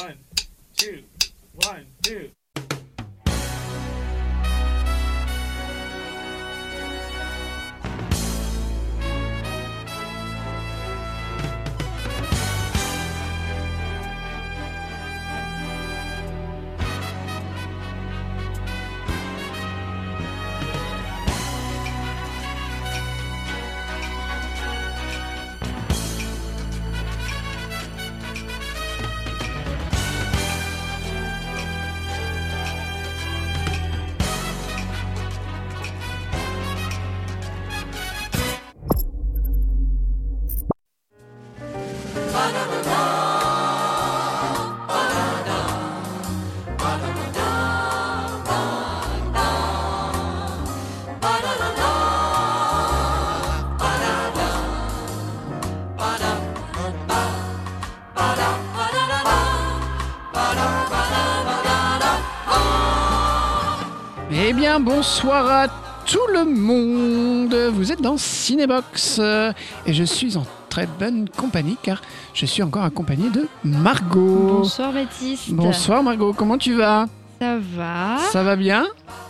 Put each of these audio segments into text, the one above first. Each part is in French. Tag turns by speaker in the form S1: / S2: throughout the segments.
S1: One, two, one, two.
S2: Eh bien, bonsoir à tout le monde. Vous êtes dans Cinébox euh, et je suis en très bonne compagnie car je suis encore accompagné de Margot.
S3: Bonsoir Baptiste.
S2: Bonsoir Margot, comment tu vas
S3: Ça va
S2: Ça va bien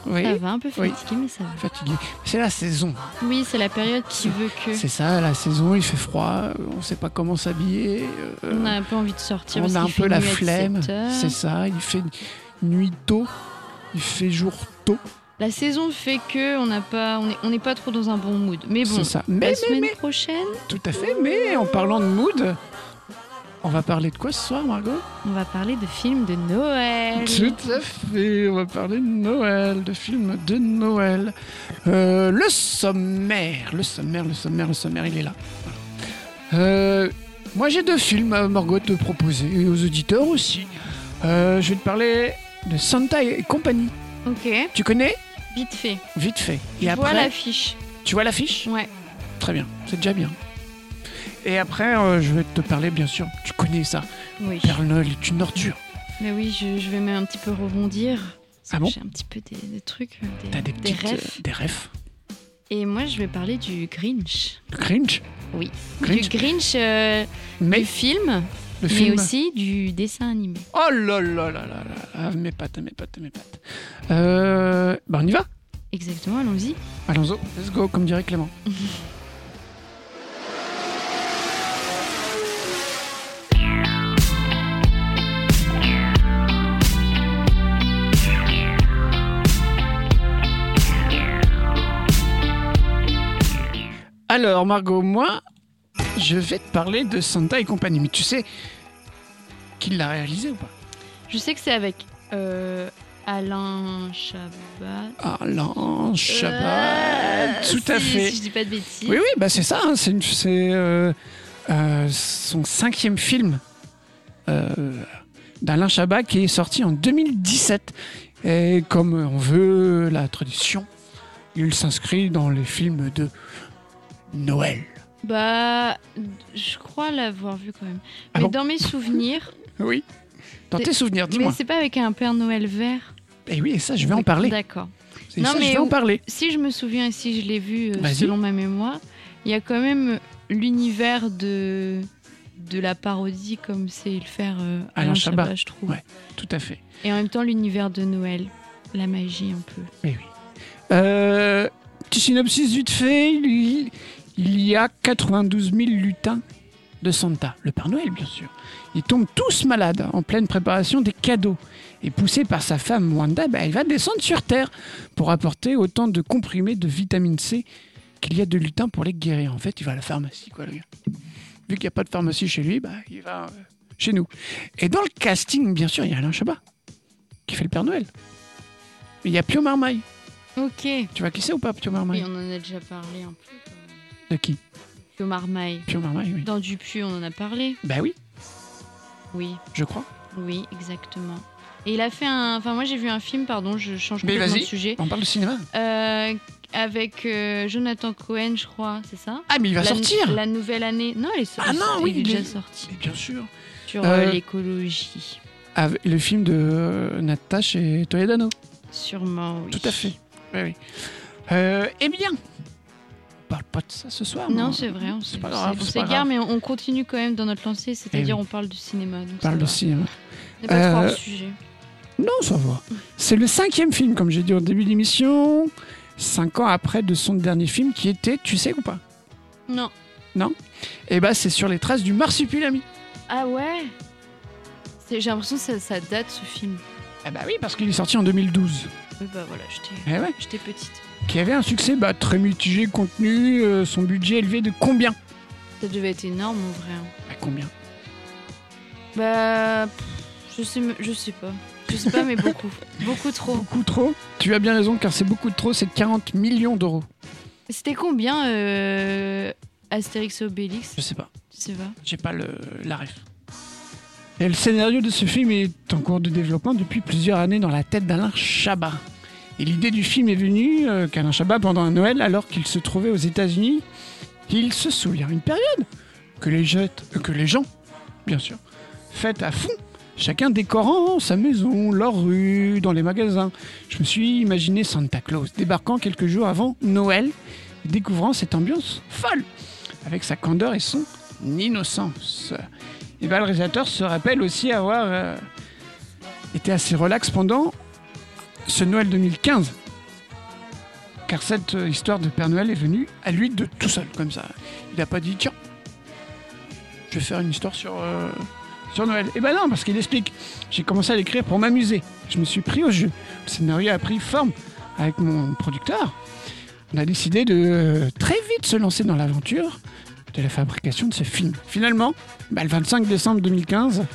S2: Oui.
S3: Ah. Ça va un peu fatigué mais ça va.
S2: Fatigué. C'est la saison.
S3: Oui, c'est la période qui veut que
S2: C'est ça, la saison, il fait froid, on sait pas comment s'habiller. euh,
S3: on a un peu envie de sortir.
S2: on
S3: parce
S2: a un
S3: qu'il
S2: peu
S3: fait
S2: la
S3: nuit à
S2: flemme.
S3: 17 heures.
S2: C'est ça, il fait nuit tôt, il fait jour tôt.
S3: La saison fait que on n'a pas on est on n'est pas trop dans un bon mood. Mais bon, Bah,
S2: C'est ça. Mais,
S3: la
S2: mais,
S3: semaine
S2: mais,
S3: prochaine,
S2: Tout à fait, mais en parlant de mood, on va parler de quoi ce soir, Margot
S3: on va parler de films de Noël.
S2: Tout à fait, on va parler de Noël, de films de Noël. Euh, le sommaire, le sommaire, le sommaire, le sommaire, il est là. Euh, moi, j'ai deux films, à Margot, à te proposer, et aux auditeurs aussi. Euh, je vais te parler de Santa et compagnie.
S3: OK,
S2: Tu connais
S3: vite fait.
S2: Vite fait. Et
S3: Je vois
S2: après,
S3: l'affiche.
S2: tu vois l'affiche
S3: Ouais.
S2: Très bien, c'est déjà bien. Et après, euh, je vais te parler, bien sûr, tu connais ça.
S3: Oui.
S2: Père Noël est une ordure.
S3: Mais oui, je, je vais même un petit peu rebondir. parce
S2: Ah
S3: que
S2: bon
S3: J'ai un petit peu des, des trucs, des,
S2: T'as des
S3: des
S2: petites,
S3: rêves.
S2: euh, des refs.
S3: Et moi, je vais parler du Grinch.
S2: Le Grinch.
S3: Oui.
S2: Grinch.
S3: Du Grinch, euh,
S2: Mais
S3: du film,
S2: le
S3: mais
S2: film.
S3: aussi du dessin animé.
S2: Oh là là là là là. Ah, mes pattes, mes pattes, mes pattes. Euh, bah on y va.
S3: Exactement, allons-y.
S2: Allons-y. Let's go, comme dirait Clément. Alors, Margot, moi, je vais te parler de Santa et compagnie. Mais tu sais qui l'a réalisé ou pas
S3: Je sais que c'est avec euh, Alain Chabat.
S2: Alain Chabat.
S3: Euh,
S2: tout à
S3: si-
S2: fait.
S3: Si je dis pas de bêtises.
S2: Oui, oui, bah c'est ça. hein, C'est une- c'est, euh, euh, son cinquième film euh, d'Alain Chabat qui est sorti en 2017. Et comme on veut la tradition, il s'inscrit dans les films de Noël.
S3: Bah, je crois l'avoir vu quand même.
S2: Ah
S3: mais
S2: bon
S3: dans mes souvenirs,
S2: Oui. Dans
S3: Mais-
S2: tes souvenirs,
S3: mais
S2: dis-moi.
S3: c'est pas avec un Père Noël vert.
S2: Et oui, et ça, je vais en parler.
S3: D'accord.
S2: Et
S3: Non,
S2: ça, je
S3: mais
S2: vais en
S3: où-
S2: parler.
S3: Si je me souviens et si je l'ai vu euh,
S2: Vas-y.
S3: selon ma mémoire, il y a quand même l'univers de de la parodie comme c'est le faire euh,
S2: Alain
S3: Alain
S2: Chabat.
S3: Chabat, je trouve.
S2: Ouais. Tout à fait.
S3: Et en même temps l'univers de Noël, la magie un peu.
S2: Eh oui. Euh, petit synopsis vite fait. Il, il y a 92 000 lutins de Santa, le Père Noël bien sûr. Ils tombent tous malades en pleine préparation des cadeaux. Et poussé par sa femme Wanda, bah, il va descendre sur Terre pour apporter autant de comprimés de vitamine C qu'il y a de lutins pour les guérir. En fait, il va à la pharmacie, quoi, le gars. Vu qu'il n'y a pas de pharmacie chez lui, bah, il va euh, chez nous. Et dans le casting, bien sûr, il y a Alain Chabat, qui fait le Père Noël. Il y a Pio Marmaille.
S3: Ok.
S2: Tu vois qui c'est ou pas, Pio
S3: Oui,
S2: Marmaille
S3: on en a déjà parlé un peu. quand même.
S2: De qui
S3: Pio Marmaille.
S2: Pio Marmaille, oui.
S3: Dans Dupuis, on en a parlé.
S2: Bah oui,
S3: Oui,
S2: je crois.
S3: oui, exactement. Et il a fait un. Enfin, moi j'ai vu un film, pardon, je change
S2: Mais
S3: complètement de
S2: vas-y.
S3: sujet.
S2: On parle de cinéma.
S3: Euh, avec euh, Jonathan Cohen, je crois, c'est ça
S2: Ah, mais il va
S3: la,
S2: sortir
S3: La nouvelle année. Non, elle est sortie.
S2: Ah non, oui,
S3: il est
S2: il est-
S3: déjà sorti.
S2: Mais bien sûr.
S3: Sur
S2: Euh,
S3: euh, l'écologie.
S2: Avec le film de euh, Natache et Toledano.
S3: Sûrement, oui.
S2: Tout à fait. Oui, oui. Euh, eh bien, on parle pas de ça ce soir.
S3: Non,
S2: moi.
S3: c'est vrai, on
S2: C'est
S3: s'est-
S2: pas grave.
S3: on
S2: c'est pas grave.
S3: s'égare, mais on on continue quand même dans notre lancée, c'est-à-dire on parle du cinéma. donc
S2: On parle
S3: ça
S2: de
S3: va.
S2: cinéma.
S3: n'est pas trop
S2: Euh,
S3: hors sujet.
S2: Non, ça va. C'est le cinquième film, comme j'ai dit au début de l'émission, cinq ans après de son dernier film qui était Tu sais ou pas
S3: Non.
S2: Et bah, c'est sur les traces du marsupilami.
S3: Ah ouais C'est- J'ai l'impression que ça, ça date ce film.
S2: Eh bah oui, parce qu'il est sorti en 2012.
S3: Oui, bah voilà, j'étais-
S2: Eh ouais.
S3: j'étais petite.
S2: Qui avait un succès bah, très mitigé, contenu, euh, son budget élevé de combien
S3: Ça devait être énorme en vrai. hein.
S2: Bah, combien
S3: Bah. pff, Je sais, me- je sais pas. Je sais pas, mais beaucoup. Beaucoup trop.
S2: Beaucoup trop. Tu as bien raison, car c'est beaucoup trop, c'est 40 millions d'euros.
S3: C'était combien euh, Astérix et Obélix
S2: Je sais pas.
S3: Tu sais pas.
S2: J'ai pas le, la ref. Et le scénario de ce film est en cours de développement depuis plusieurs années dans la tête d'Alain Chabat. Et l'idée du film est venue euh, qu'Alain Chabat, pendant un Noël, alors qu'il se trouvait aux États-Unis, il se souvient une période que les, jettes, euh, que les gens, bien sûr, fêtent à fond, chacun décorant sa maison, leur rue, dans les magasins. Je me suis imaginé Santa Claus débarquant quelques jours avant Noël, découvrant cette ambiance folle, avec sa candeur et son innocence. Et ben, le réalisateur se rappelle aussi avoir euh, été assez relax pendant ce Noël 2015. Car cette euh, histoire de Père Noël est venue à lui de tout seul, comme ça. Il n'a pas dit, tiens, je vais faire une histoire sur, euh, sur Noël. Et ben non, parce qu'il explique. J'ai commencé à l'écrire pour m'amuser. Je me suis pris au jeu. Le scénario a pris forme avec mon producteur. On a décidé de euh, très vite se lancer dans l'aventure de la fabrication de ce film. Finalement, bah, le 25 décembre 2015,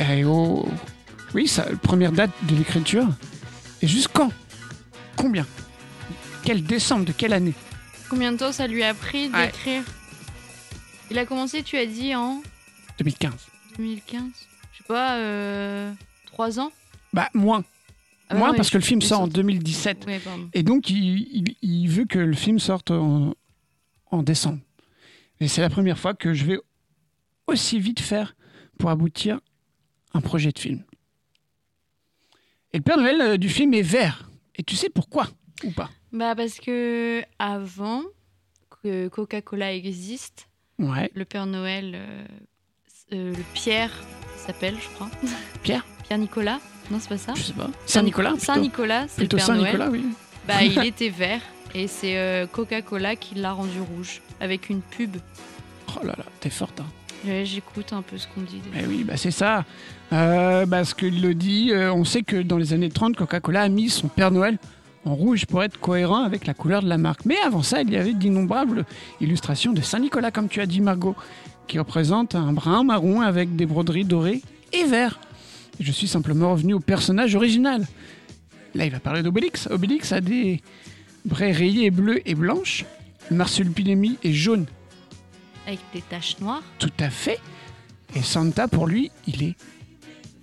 S2: euh, et au... oui, ça, première date de l'écriture, et jusqu'en Combien Quel décembre de quelle année
S3: Combien de temps ça lui a pris
S2: Ouais.
S3: d'écrire Il a commencé, tu as dit, en
S2: 2015.
S3: 2015 Je sais pas, euh, 3 ans
S2: Bah moins,
S3: Ah bah
S2: moins
S3: ouais,
S2: parce que le film
S3: il
S2: sort en
S3: sort-
S2: 2017.
S3: Ouais, pardon.
S2: Et donc, il, il- il veut que le film sorte en, en décembre. Et c'est la première fois que je vais aussi vite faire pour aboutir un projet de film. Et le Père Noël euh, du film est vert. Et tu sais pourquoi ou pas
S3: Bah parce que avant que Coca-Cola existe,
S2: Ouais,
S3: le Père Noël, euh, euh, le Pierre s'appelle, je crois.
S2: Pierre
S3: Pierre Nicolas Non, c'est pas ça
S2: je sais pas. Saint-Nicolas plutôt.
S3: Saint Nicolas, Hein c'est le
S2: Plutôt
S3: Père Noël.
S2: Saint-Nicolas, oui.
S3: Bah il était vert et c'est euh, Coca-Cola qui l'a rendu rouge avec une pub.
S2: Oh là là, t'es forte. Hein.
S3: Ouais, J'écoute un peu ce qu'on dit. des
S2: Eh oui, bah c'est ça. Euh, bah, ce qu'il le dit, euh, on sait que dans les années 30, Coca-Cola a mis son Père Noël en rouge pour être cohérent avec la couleur de la marque. Mais avant ça, il y avait d'innombrables illustrations de Saint-Nicolas, comme tu as dit, Margot, qui représente un brun marron avec des broderies dorées et vert. Et je suis simplement revenu au personnage original. Là, il va parler d'Obélix. Obélix a des braies rayées bleues et blanches. Le marsupilami est jaune
S3: Avec des taches noires,
S2: tout à fait. Et Santa, pour lui, il est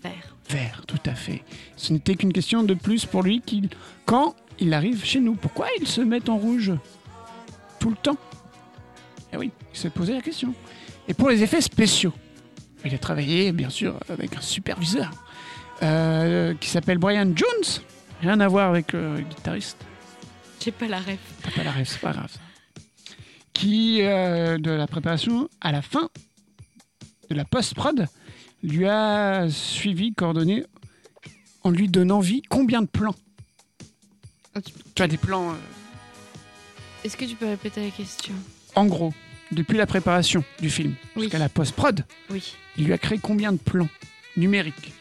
S3: vert.
S2: vert, tout à fait. Ce n'était qu'une question de plus pour lui qu'il, quand il arrive chez nous, pourquoi ils se mettent en rouge tout le temps Eh oui, il s'est posé la question. Et pour les effets spéciaux, il a travaillé bien sûr avec un superviseur euh, qui s'appelle Brian Jones. Rien à voir avec euh, le guitariste.
S3: J'ai pas la ref.
S2: T'as pas la rêve, c'est pas grave. ça. Qui, euh, de la préparation à la fin de la post-prod, lui a suivi, coordonné, en lui donnant vie combien de plans
S3: Ok.
S2: Tu as des plans, euh,
S3: Est-ce que tu peux répéter la question
S2: en gros, depuis la préparation du film
S3: Oui.
S2: jusqu'à la post-prod,
S3: Oui.
S2: il lui a créé combien de plans numériques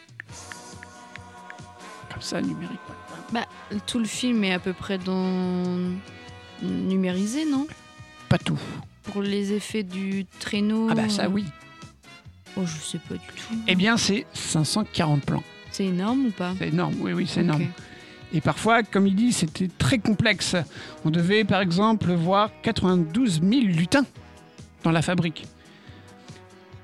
S2: Comme ça, numérique. ouais.
S3: Bah, tout le film est à peu près dans... numérisé, non
S2: Pas tout.
S3: Pour les effets du traîneau.
S2: Ah bah ça, oui.
S3: Oh, je sais pas du tout.
S2: Eh bien, c'est 540 plans.
S3: C'est énorme ou pas
S2: C'est énorme, oui, oui, c'est énorme.
S3: Ok.
S2: Et parfois, comme il dit, c'était très complexe. On devait par exemple voir 92 000 lutins dans la fabrique. Et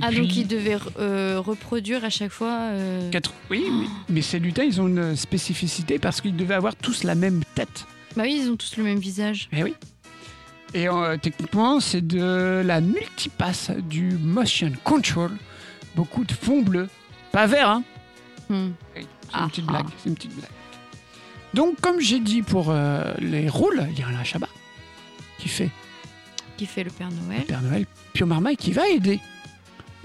S3: Ah,
S2: puis,
S3: donc il devait euh, reproduire à chaque fois. euh,
S2: quatre- Oui, mais, mais ces lutins, ils ont une spécificité parce qu'ils devaient avoir tous la même tête.
S3: Bah oui, ils ont tous le même visage.
S2: Eh oui. Et euh, techniquement, c'est de la multipasse, du motion control. Beaucoup de fonds bleus. Pas vert, hein
S3: Hmm.
S2: Oui, c'est
S3: Ah,
S2: une petite
S3: ah.
S2: blague. C'est une petite blague. Donc, comme j'ai dit pour euh, les rôles, il y a un Chabat qui fait
S3: Qui fait le Père
S2: le
S3: Noël
S2: Père Noël, Pio Marmaille qui va aider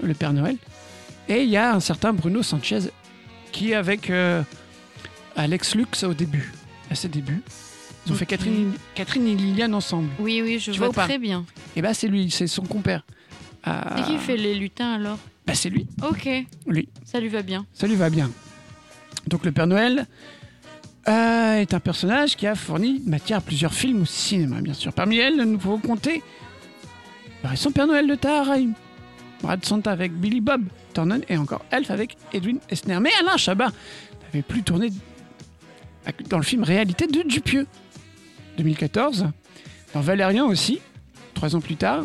S2: le Père Noël. Et il y a un certain Bruno Sanchez qui est avec euh, Alex Lux au début, à ses débuts. Ils ont fait
S3: Ok.
S2: Catherine, Catherine et Liliane ensemble.
S3: Oui, oui, je
S2: Tu vois
S3: vois
S2: ou pas
S3: très bien.
S2: Et bah c'est lui, c'est son compère. Ah,
S3: C'est qui fait les lutins alors
S2: Bah c'est lui.
S3: Ok.
S2: Lui.
S3: Ça lui va bien.
S2: Ça lui va bien. Donc le Père Noël euh, est un personnage qui a fourni matière à plusieurs films au cinéma, bien sûr. Parmi elles, nous pouvons compter le récent Père Noël de Taharim, Brad Santa avec Billy Bob Thornton et encore Elf avec Edwin Esner. Mais Alain Chabat n'avait plus tourné dans le film Réalité de Dupieux, 2014, dans Valérian aussi, trois ans plus tard,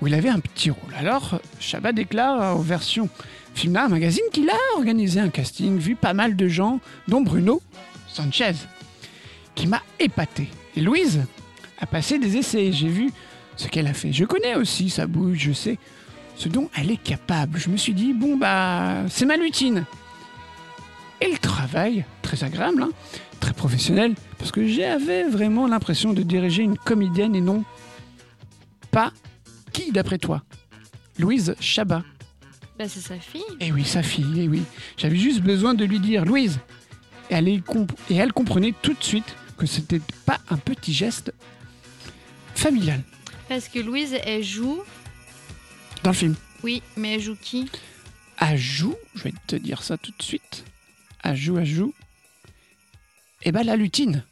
S2: où il avait un petit rôle. Alors, Chabat déclare en version Film un Magazine qu'il a organisé un casting, vu pas mal de gens, dont Bruno Sanchez, qui m'a épaté. Et Louise a passé des essais, j'ai vu ce qu'elle a fait. Je connais aussi sa bouche, je sais ce dont elle est capable. Je me suis dit, bon bah, c'est ma lutine. Et le travail, très agréable, hein, très professionnel, parce que j'avais vraiment l'impression de diriger une comédienne et non pas qui d'après toi Louise Chabat.
S3: Bah, c'est sa fille.
S2: Eh oui, sa fille, eh oui. J'avais juste besoin de lui dire Louise. Et elle, est comp- et elle comprenait tout de suite que c'était pas un petit geste familial
S3: Parce que Louise, elle joue.
S2: dans le film.
S3: Oui, mais elle joue qui
S2: Ajou, je vais te dire ça tout de suite. Ajou, Ajou. Eh ben, la lutine.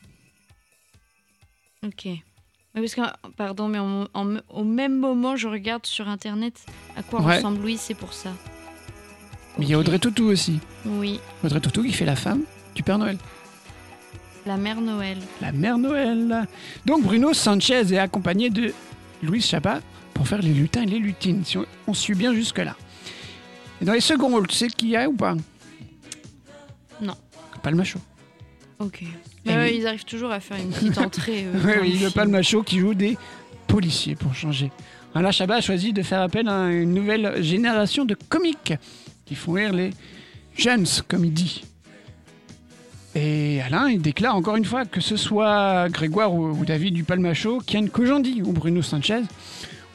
S3: Ok. Mais Parce que, pardon, mais en- en- au même moment, je regarde sur internet à quoi
S2: Ouais.
S3: ressemble Louise, c'est pour ça.
S2: Mais il y a
S3: Ok.
S2: Audrey Tautou aussi.
S3: Oui,
S2: Audrey Tautou qui fait la femme du Père Noël.
S3: la mère Noël.
S2: La mère Noël. Donc Bruno Sanchez est accompagné de Louise Chabat pour faire les lutins et les lutines, si on, on suit bien jusque-là. Et dans les seconds rôles, tu sais qui y a ou pas
S3: Non.
S2: Palmacho.
S3: Ok.
S2: Et
S3: Mais ouais,
S2: oui.
S3: ils arrivent toujours à faire une petite entrée. euh,
S2: Oui,
S3: dans
S2: oui, le
S3: film.
S2: Palmacho qui joue des policiers pour changer. Alain Chabat a choisi de faire appel à une nouvelle génération de comiques qui font rire les jeunes, comme il dit. Et Alain, il déclare encore une fois que ce soit Grégoire ou, ou David du Palmacho, Kian Kojandi ou Bruno Sanchez,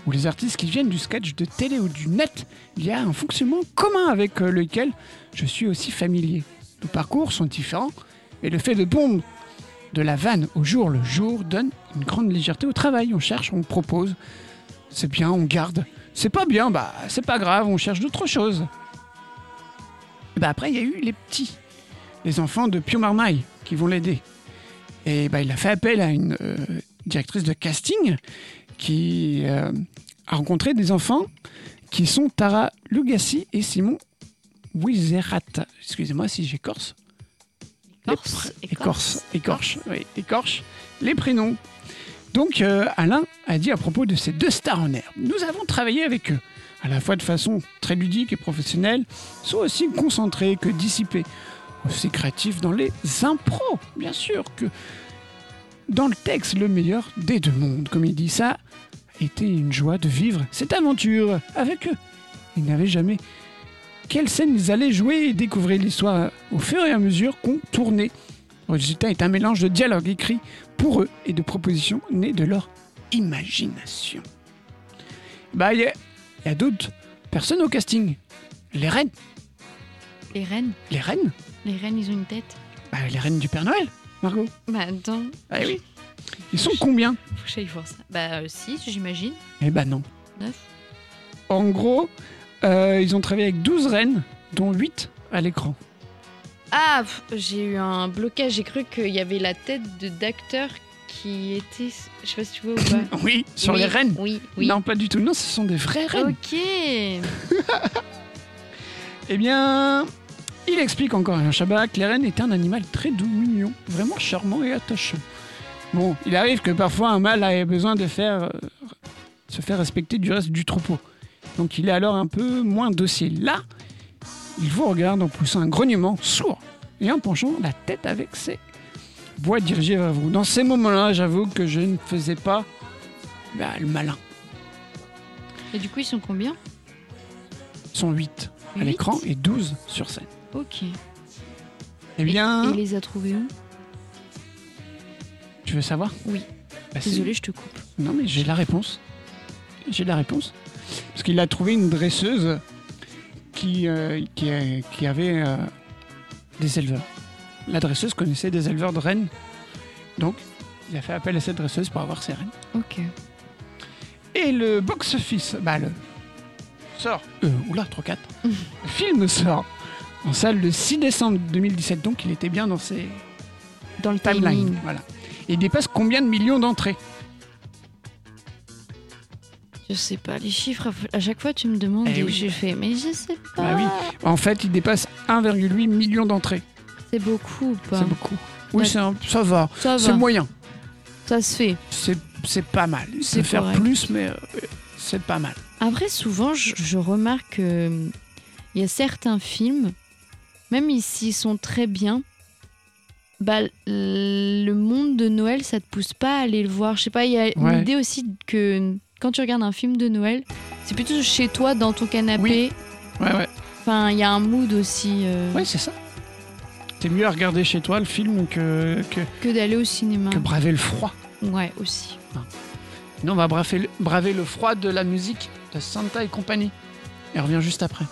S2: ou les artistes qui viennent du sketch de télé ou du net, il y a un fonctionnement commun avec euh, lequel je suis aussi familier. Nos parcours sont différents, mais le fait de bombe de la vanne au jour le jour donne une grande légèreté au travail. On cherche, on propose. C'est bien, on garde. C'est pas bien, bah c'est pas grave, on cherche d'autres choses. Et bah après, il y a eu les petits, les enfants de Pio Marmaille qui vont l'aider. Et bah il a fait appel à une euh, directrice de casting qui euh, a rencontré des enfants qui sont Tara Lugassi et Simon Wizerat. Excusez-moi si j'écorche.
S3: Écorce, Ah.
S2: Les pr-
S3: écorce.
S2: Écorche, écorche, oui, écorche. Les prénoms. Donc, euh, Alain a dit à propos de ces deux stars en herbe Nous avons travaillé avec eux, à la fois de façon très ludique et professionnelle, soit aussi concentrés que dissipés, aussi créatifs dans les impros, bien sûr, que dans le texte, le meilleur des deux mondes. Comme il dit, ça a été une joie de vivre cette aventure avec eux. Ils n'avaient jamais quelle scène ils allaient jouer et découvrir l'histoire au fur et à mesure qu'on tournait. Le résultat est un mélange de dialogues écrits pour eux et de propositions nées de leur imagination. Bah, il y a, il y a d'autres personnes au casting. Les reines.
S3: Les reines.
S2: Les reines
S3: Les reines, ils ont une tête.
S2: Bah, Les reines du Père Noël, Margot.
S3: Bah, attends.
S2: Ah oui. Ils sont combien
S3: Faut que j'aille voir ça. Bah, 6, j'imagine.
S2: Eh bah non.
S3: 9.
S2: En gros, euh, ils ont travaillé avec 12 reines, dont 8 à l'écran.
S3: Ah, pff, j'ai eu un blocage. J'ai cru qu'il y avait la tête de d'acteur qui était. Je sais pas si tu vois ou pas.
S2: Oui, sur
S3: Oui,
S2: les reines.
S3: Oui, oui.
S2: Non, pas du tout. Non, ce sont des vraies reines.
S3: Ok. Mais
S2: Eh bien, il explique encore à Chabat que les rennes est un animal très doux, mignon, vraiment charmant et attachant. Bon, il arrive que parfois un mâle ait besoin de faire, euh, se faire respecter du reste du troupeau. Donc il est alors un peu moins docile. Là, il vous regarde en poussant un grognement sourd et en penchant la tête avec ses bois dirigés vers vous. Dans ces moments-là, j'avoue que je ne faisais pas bah, le malin.
S3: du coup, ils sont combien
S2: Ils sont 8 à
S3: Huit
S2: l'écran et 12 sur scène.
S3: Ok.
S2: Eh bien,
S3: Et il les a trouvés où
S2: tu veux savoir
S3: Oui.
S2: Bah, c'est-
S3: Désolée, je te coupe.
S2: Non, mais j'ai la réponse. J'ai la réponse. Parce qu'il a trouvé une dresseuse qui, euh, qui, euh, qui avait euh, des éleveurs. La dresseuse connaissait des éleveurs de rennes. Donc, il a fait appel à cette dresseuse pour avoir ses rennes.
S3: Ok.
S2: Et le box-office, bah le sort, euh, oula, 3-4, le film sort en salle le 6 décembre 2017, donc il était bien dans ses
S3: Dans le
S2: timelines.
S3: timing.
S2: Voilà. Et il dépasse combien de millions d'entrées
S3: Je sais pas, les chiffres, à chaque fois tu me demandes
S2: Eh
S3: et
S2: oui.
S3: je fais, mais je sais
S2: Bah
S3: pas.
S2: oui.
S3: Ah.
S2: En fait, il dépasse 1,8 million d'entrées.
S3: C'est beaucoup ou pas
S2: C'est beaucoup. Oui,
S3: Ouais.
S2: c'est un- ça va.
S3: Ça
S2: C'est
S3: va,
S2: moyen.
S3: ça se fait.
S2: C'est c'est pas mal. Il
S3: C'est
S2: peut faire
S3: correct.
S2: plus, mais euh, c'est pas mal.
S3: Après, souvent, je, je remarque qu'il y a certains films, même i- s'ils sont très bien, bah, l- le monde de Noël, ça te pousse pas à aller le voir. Je sais pas, il y a une
S2: Ouais.
S3: idée aussi que quand tu regardes un film de Noël, c'est plutôt chez toi, dans ton canapé.
S2: Ouais, ouais.
S3: Enfin, il y a un mood aussi euh,
S2: Ouais, c'est ça. C'est mieux à regarder chez toi le film que, que,
S3: que d'aller au cinéma.
S2: que braver le froid.
S3: Ouais, aussi.
S2: Non, on va braver le, braver le froid de la musique de Santa et compagnie. Et on revient juste après.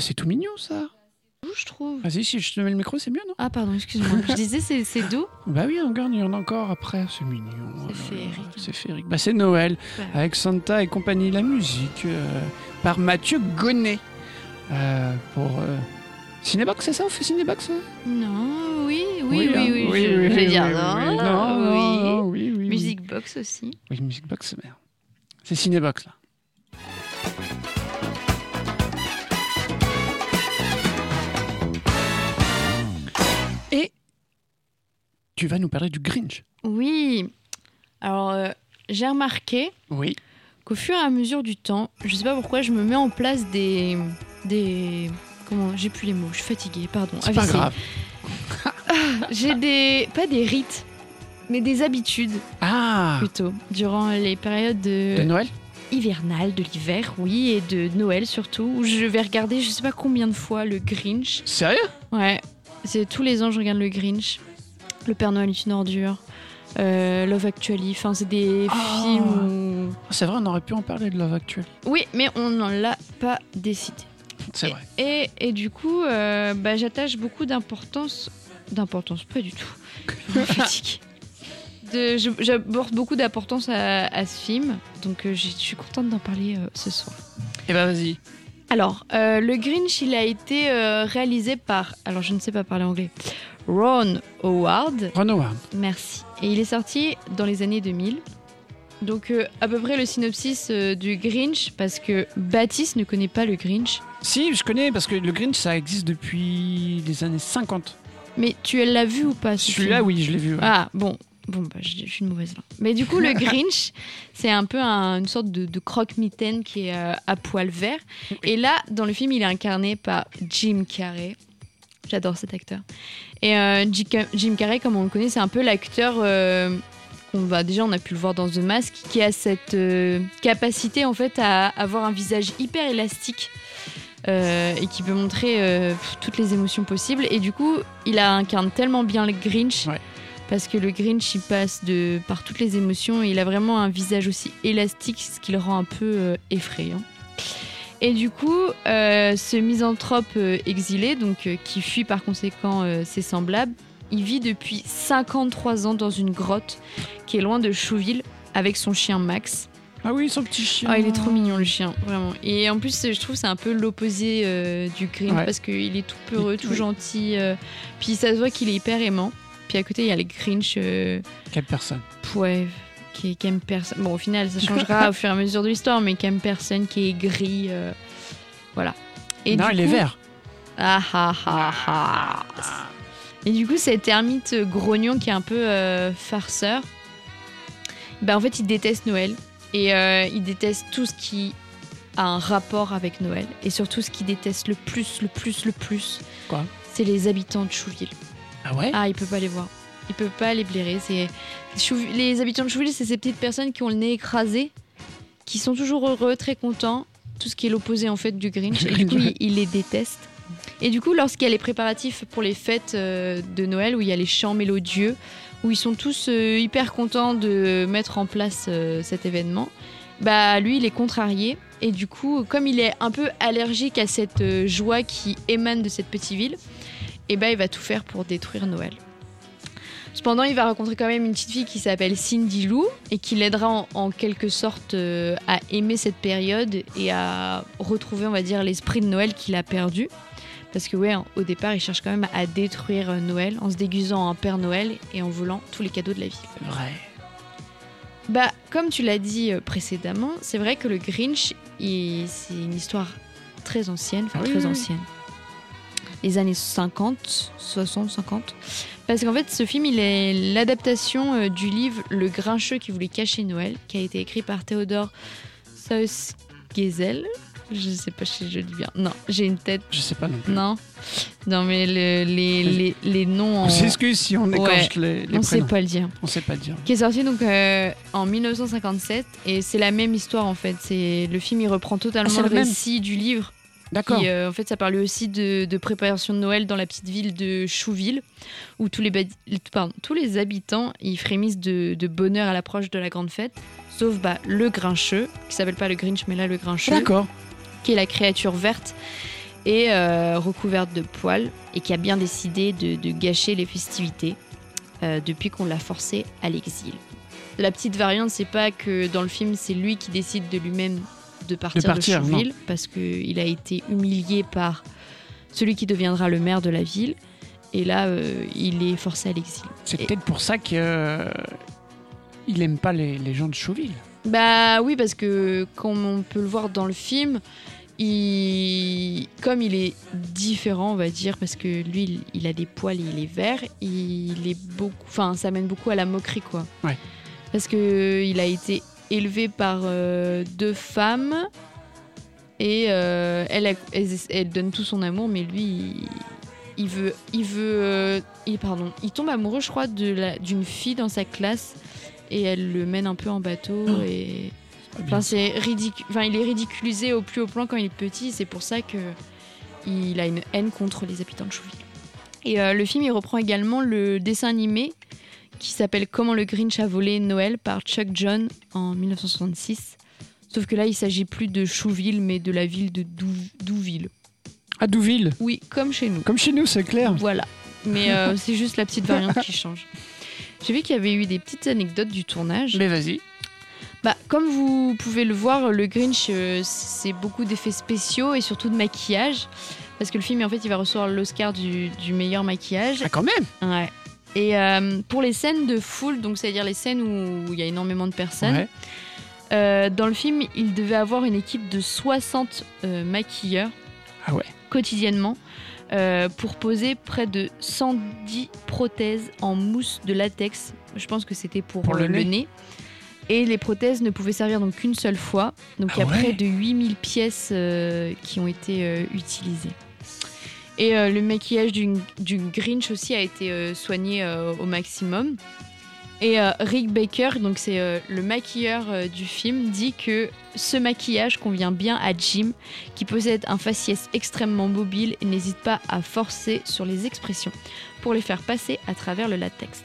S2: C'est tout Bah, mignon, ça.
S3: doux, je trouve.
S2: Vas-y, si je te mets le micro, c'est mieux, non
S3: Ah, pardon, excuse-moi. je disais, c'est- c'est doux.
S2: Bah oui, regarde, il y en a encore après. C'est mignon. Oh là là,
S3: féerique.
S2: C'est féerique. Bah, c'est Noël,
S3: Bah.
S2: avec Santa et compagnie, la musique, euh, par Mathieu Gonnet. Euh, pour. euh, Cinébox, c'est ça On fait Cinébox hein
S3: Non, oui, oui, oui,
S2: hein.
S3: oui. je, je vais dire
S2: oui, oui,
S3: non.
S2: oui. Non, non,
S3: oui.
S2: non, oui, oui, oui.
S3: Music Box aussi.
S2: Oui, Music Box, c'est merde. C'est Cinébox, là. Et tu vas nous parler du Grinch.
S3: Oui. Alors, euh, j'ai remarqué
S2: Oui.
S3: qu'au fur et à mesure du temps, je sais pas pourquoi, je me mets en place des. des comment J'ai plus les mots, je suis fatiguée, pardon.
S2: C'est pas
S3: AVC.
S2: grave.
S3: J'ai des. pas des rites, mais des habitudes
S2: Ah
S3: plutôt, durant les périodes de-
S2: De Noël
S3: hivernales, de l'hiver, oui, et de Noël surtout, où je vais regarder je sais pas combien de fois le Grinch.
S2: Sérieux
S3: Ouais, c'est tous les ans je regarde le Grinch, Le Père Noël est une ordure, euh, Love Actually, enfin c'est des
S2: Oh.
S3: films où-
S2: Ah, C'est vrai, on aurait pu en parler de Love Actuelle.
S3: Oui, mais on n'en l'a pas décidé.
S2: C'est vrai.
S3: Et, et du coup, euh, bah, j'attache beaucoup d'importance. D'importance, pas du tout. Je me fatigue. De- je- J'aborde beaucoup d'importance à, à ce film, donc euh, j'ai- je suis contente d'en parler euh, ce soir.
S2: Eh ben, vas-y.
S3: Alors, euh, le Grinch, il a été euh, réalisé par, alors je ne sais pas parler anglais, Ron Howard,
S2: Ron Howard.
S3: merci. Et il est sorti dans les années 2000. Donc, euh, à peu près le synopsis euh, du Grinch, parce que Baptiste ne connaît pas le Grinch.
S2: Si, je connais, parce que le Grinch, ça existe depuis les années 50.
S3: Mais tu l'as vu ou pas ce
S2: Celui-là,
S3: film
S2: oui, je l'ai vu. ouais.
S3: Ah, bon. Bon, bah, je, je suis une mauvaise langue. Mais du coup, le Grinch, c'est un peu un- une sorte de, de croque-mitaine qui est euh, à poil vert. Et là, dans le film, il est incarné par Jim Carrey. J'adore cet acteur. Et euh, Jim- Jim Carrey, comme on le connaît, c'est un peu l'acteur euh, qu'on va déjà, on a pu le voir dans The Mask, qui a cette euh, capacité en fait à avoir un visage hyper élastique euh, et qui peut montrer euh, pff, toutes les émotions possibles. Et du coup, il a- incarne tellement bien le Grinch.
S2: Ouais.
S3: Parce que le Grinch, il passe de, par toutes les émotions et il a vraiment un visage aussi élastique, ce qui le rend un peu euh, effrayant. Et du coup, euh, ce misanthrope euh, exilé, donc euh, qui fuit par conséquent euh, ses semblables, il vit depuis 53 ans dans une grotte qui est loin de Chouville avec son chien Max.
S2: Ah oui, son petit chien.
S3: Ah, il est trop mignon le chien, vraiment. Et en plus, je trouve que c'est un peu l'opposé euh, du Grinch
S2: Ouais.
S3: parce qu'il est tout peureux, tout
S2: Oui.
S3: gentil. euh, puis ça se voit qu'il est hyper aimant. Puis à côté, il y a le Grinch, euh,
S2: Quelle personne.
S3: ouais, qui, qui aime personne. Bon, au final, ça changera au fur et à mesure de l'histoire, mais qui aime personne, qui est gris. euh, voilà. Et
S2: non,
S3: du
S2: il est
S3: coup-
S2: vert.
S3: Ah ah ah ah. Et du coup, cet ermite grognon qui est un peu euh, farceur, bah, en fait, il déteste Noël. Et euh, il déteste tout ce qui a un rapport avec Noël. Et surtout, ce qu'il déteste le plus, le plus, le plus,
S2: Quoi
S3: c'est les habitants de Chouville.
S2: Ah ouais
S3: Ah, il peut pas les voir. Il peut pas les blairer. C'est Chouvi- les habitants de Chouville, c'est ces petites personnes qui ont le nez écrasé, qui sont toujours heureux, très contents. Tout ce qui est l'opposé en fait du Grinch. Et du coup, il, il les déteste. Et du coup, lorsqu'il y a les préparatifs pour les fêtes euh, de Noël, où il y a les chants mélodieux, où ils sont tous euh, hyper contents de mettre en place euh, cet événement, bah lui, il est contrarié. Et du coup, comme il est un peu allergique à cette euh, joie qui émane de cette petite ville, et ben il va tout faire pour détruire Noël. Cependant, il va rencontrer quand même une petite fille qui s'appelle Cindy Lou et qui l'aidera en, en quelque sorte euh, à aimer cette période et à retrouver, on va dire, l'esprit de Noël qu'il a perdu. Parce que ouais, au départ, il cherche quand même à détruire euh, Noël en se déguisant en Père Noël et en volant tous les cadeaux de la ville.
S2: C'est vrai.
S3: Bah, comme tu l'as dit euh, précédemment, c'est vrai que le Grinch, il- c'est une histoire très ancienne, enfin
S2: Ah oui,
S3: très
S2: oui, oui.
S3: ancienne. Les années 50, 60, 50. Parce qu'en fait, ce film, il est l'adaptation euh, du livre Le Grincheux qui voulait cacher Noël, qui a été écrit par Théodore Sausgezel. Je sais pas si je le dis bien. Non, j'ai une tête.
S2: Je sais pas non plus.
S3: Non. Non, mais le- les, les, les noms en.
S2: On s'excuse si on écorche les, les
S3: On sait
S2: prénoms.
S3: pas le dire
S2: On sait pas dire.
S3: qui est sorti donc euh, en 1957 et c'est la même histoire en fait. C'est le film il reprend totalement
S2: Ah, c'est
S3: le
S2: le même.
S3: récit du livre.
S2: D'accord.
S3: Qui, euh, en fait, ça parle aussi de, de préparation de Noël dans la petite ville de Chouville, où tous les, badi- les- pardon, tous les habitants ils frémissent de, de bonheur à l'approche de la grande fête, sauf bah, le Grincheux, qui s'appelle pas le Grinch mais là le Grincheux,
S2: D'accord.
S3: qui est la créature verte. et euh, recouverte de poils, et qui a bien décidé de, de gâcher les festivités euh, depuis qu'on l'a forcé à l'exil. La petite variante, c'est pas que dans le film, c'est lui qui décide de lui-même de partir de,
S2: partir, non.
S3: Chouville, parce qu'il a été humilié par celui qui deviendra le maire de la ville, et là, euh, il est forcé à l'exil.
S2: C'est
S3: Et-
S2: peut-être pour ça que euh, il aime pas les, les gens de Chauville.
S3: Bah oui, parce que comme on peut le voir dans le film, il... comme il est différent, on va dire, parce que lui, il, il a des poils et il est vert, il est beaucoup... Enfin, ça mène beaucoup à la moquerie, quoi.
S2: Ouais.
S3: Parce que il a été élevé par euh, deux femmes et euh, elle, elle, elle- elle donne tout son amour, mais lui, il, il veut... Il veut euh, il, pardon, il tombe amoureux, je crois, de la- d'une fille dans sa classe et elle le mène un peu en bateau et enfin c'est ridicule enfin il est ridiculisé au plus haut plan quand il est petit c'est pour ça que il a une haine contre les habitants de Chouville et euh, le film il reprend également le dessin animé qui s'appelle Comment le Grinch a volé Noël par Chuck John en 1966 sauf que là il s'agit plus de Chouville mais de la ville de Dou- Douville
S2: À Douville,
S3: oui comme chez nous
S2: comme chez nous, c'est clair.
S3: voilà. Mais euh, c'est juste la petite variante qui change. J'ai vu qu'il y avait eu des petites anecdotes du tournage.
S2: Mais vas-y.
S3: Bah, comme vous pouvez le voir, le Grinch, euh, c'est beaucoup d'effets spéciaux et surtout de maquillage. Parce que le film, en fait, il va recevoir l'Oscar du, du meilleur maquillage.
S2: Ah quand même.
S3: Ouais. Et euh, pour les scènes de foule, donc c'est-à-dire les scènes où il y a énormément de personnes,
S2: Ouais.
S3: euh, dans le film, il devait avoir une équipe de 60 euh, maquilleurs
S2: Ah ouais.
S3: quotidiennement euh, pour poser près de 110 prothèses en mousse de latex. Je pense que c'était pour,
S2: Pour le
S3: euh,
S2: nez.
S3: Et les prothèses ne pouvaient servir donc qu'une seule fois. Donc il y a
S2: Ah ouais.
S3: près de 8000 pièces euh, qui ont été euh, utilisées. Et euh, le maquillage du, du Grinch aussi a été euh, soigné euh, au maximum. Et euh, Rick Baker, donc c'est euh, le maquilleur euh, du film, dit que ce maquillage convient bien à Jim, qui possède un faciès extrêmement mobile et n'hésite pas à forcer sur les expressions pour les faire passer à travers le latex.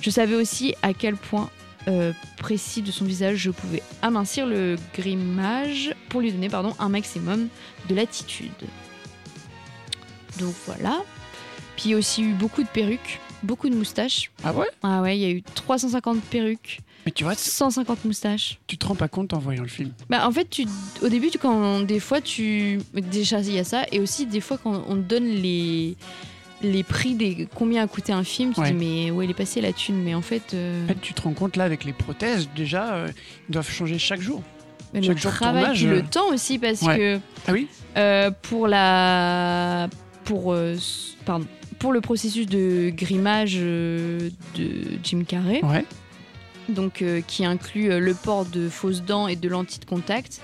S3: Je savais aussi à quel point euh, précis de son visage je pouvais amincir le grimage pour lui donner pardon, un maximum de latitude. Donc voilà. Puis il y a aussi eu beaucoup de perruques, beaucoup de moustaches.
S2: Ah ouais.
S3: Ah ouais, il y a eu 350 perruques,
S2: Mais tu vois, c-
S3: 150 moustaches.
S2: tu te rends pas compte en voyant le film.
S3: Bah en fait, tu, au début, tu- quand des fois tu déjà il y a ça, et aussi des fois quand on te donne les les prix des combien a coûté un film, tu
S2: Ouais.
S3: te dis mais où elle est passée la thune, mais en fait, euh,
S2: En fait, tu te rends compte là avec les prothèses déjà, euh, ils doivent changer chaque jour.
S3: mais le
S2: chaque jour de
S3: travail,
S2: tournage,
S3: puis
S2: euh,
S3: le temps aussi parce
S2: ouais.
S3: que
S2: Ah oui.
S3: Euh, pour la pour euh, s- pardon pour le processus de grimage euh, de Jim Carrey
S2: Ouais.
S3: donc euh, qui inclut euh, le port de fausses dents et de lentilles de contact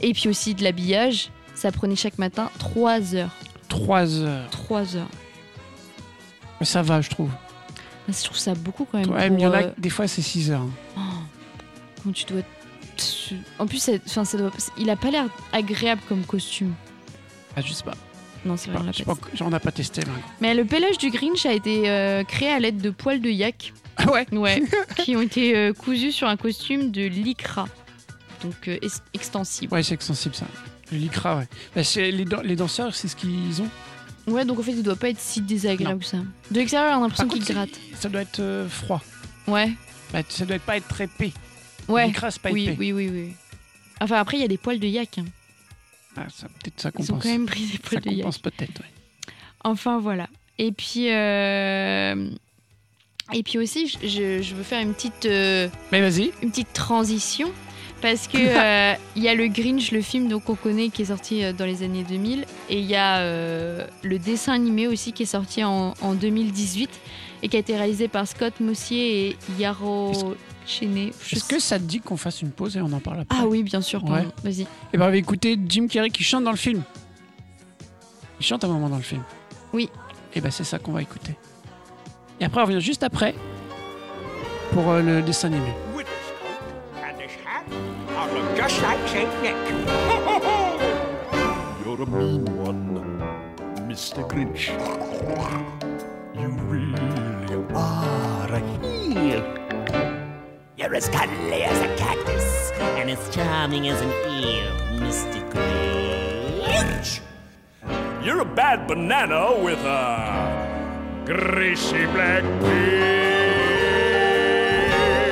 S3: et puis aussi de l'habillage ça prenait chaque matin 3 heures
S2: 3 heures.
S3: 3 heures
S2: Mais Ça va, je trouve.
S3: Ah, je trouve ça beaucoup quand même
S2: Ouais, mais il y en
S3: pour,
S2: a
S3: euh,
S2: des fois c'est 6 heures. hein.
S3: Oh, quand tu dois en plus ça- enfin, ça doit- il a pas l'air agréable comme costume
S2: Ah je sais pas.
S3: non
S2: Je sais
S3: c'est vrai
S2: pas,
S3: on l'a
S2: je sais
S3: pas
S2: pas, on a pas testé là.
S3: Mais le pelage du Grinch a été euh, créé à l'aide de poils de yak.
S2: Ah ouais.
S3: Ouais, qui ont été euh, cousus sur un costume de lycra. Donc euh, es- extensible.
S2: Ouais, c'est sensible ça. Le lycra, ouais. Bah, c'est- les, dan- les danseurs, c'est ce qu'ils ont.
S3: Ouais, donc en fait, il doit pas être si désagréable que ça. De l'extérieur, on a l'impression
S2: Par
S3: qu'il
S2: contre,
S3: gratte.
S2: c'est- Ça doit être euh, froid.
S3: Ouais,
S2: Bah, ça doit être pas être très épais. Le
S3: ouais.
S2: lycra, c'est pas
S3: Oui,
S2: épais.
S3: oui, oui, oui. Enfin, après, il y a des poils de yak. hein.
S2: Ah, ça, peut-être ça
S3: Ils
S2: compense.
S3: ont quand même pris des
S2: ça
S3: poils de yak.
S2: compense peut-être, ouais.
S3: Enfin voilà. Et puis, euh, et puis aussi, je- je, je veux faire une petite, euh,
S2: Mais vas-y.
S3: une petite transition parce que euh, il y a le Grinch, le film donc qu'on connaît qui est sorti euh, dans les années 2000 et il y a euh, le dessin animé aussi qui est sorti en, en 2018 et qui a été réalisé par Scott Mossier et Yaro Chené. Je
S2: Est-ce
S3: sais-
S2: que ça te dit qu'on fasse une pause et on en parle après
S3: ah oui, bien sûr, pardon. Vas-y.
S2: Et bah, on va écouter Jim Carrey qui chante dans le film. Il chante un moment dans le film.
S3: Oui.
S2: Et bah, c'est ça qu'on va écouter. Et après, on revient juste après pour euh, le dessin animé.
S4: with his coat and his hat. I'll look just like Saint Nick. Ho, ho, ho!
S5: You're a mean one, Mr. Grinch. You really are a heel.
S6: You're as cuddly as a cactus, and as charming as an eel, Mr. Grinch.
S5: You're a bad banana with a greasy black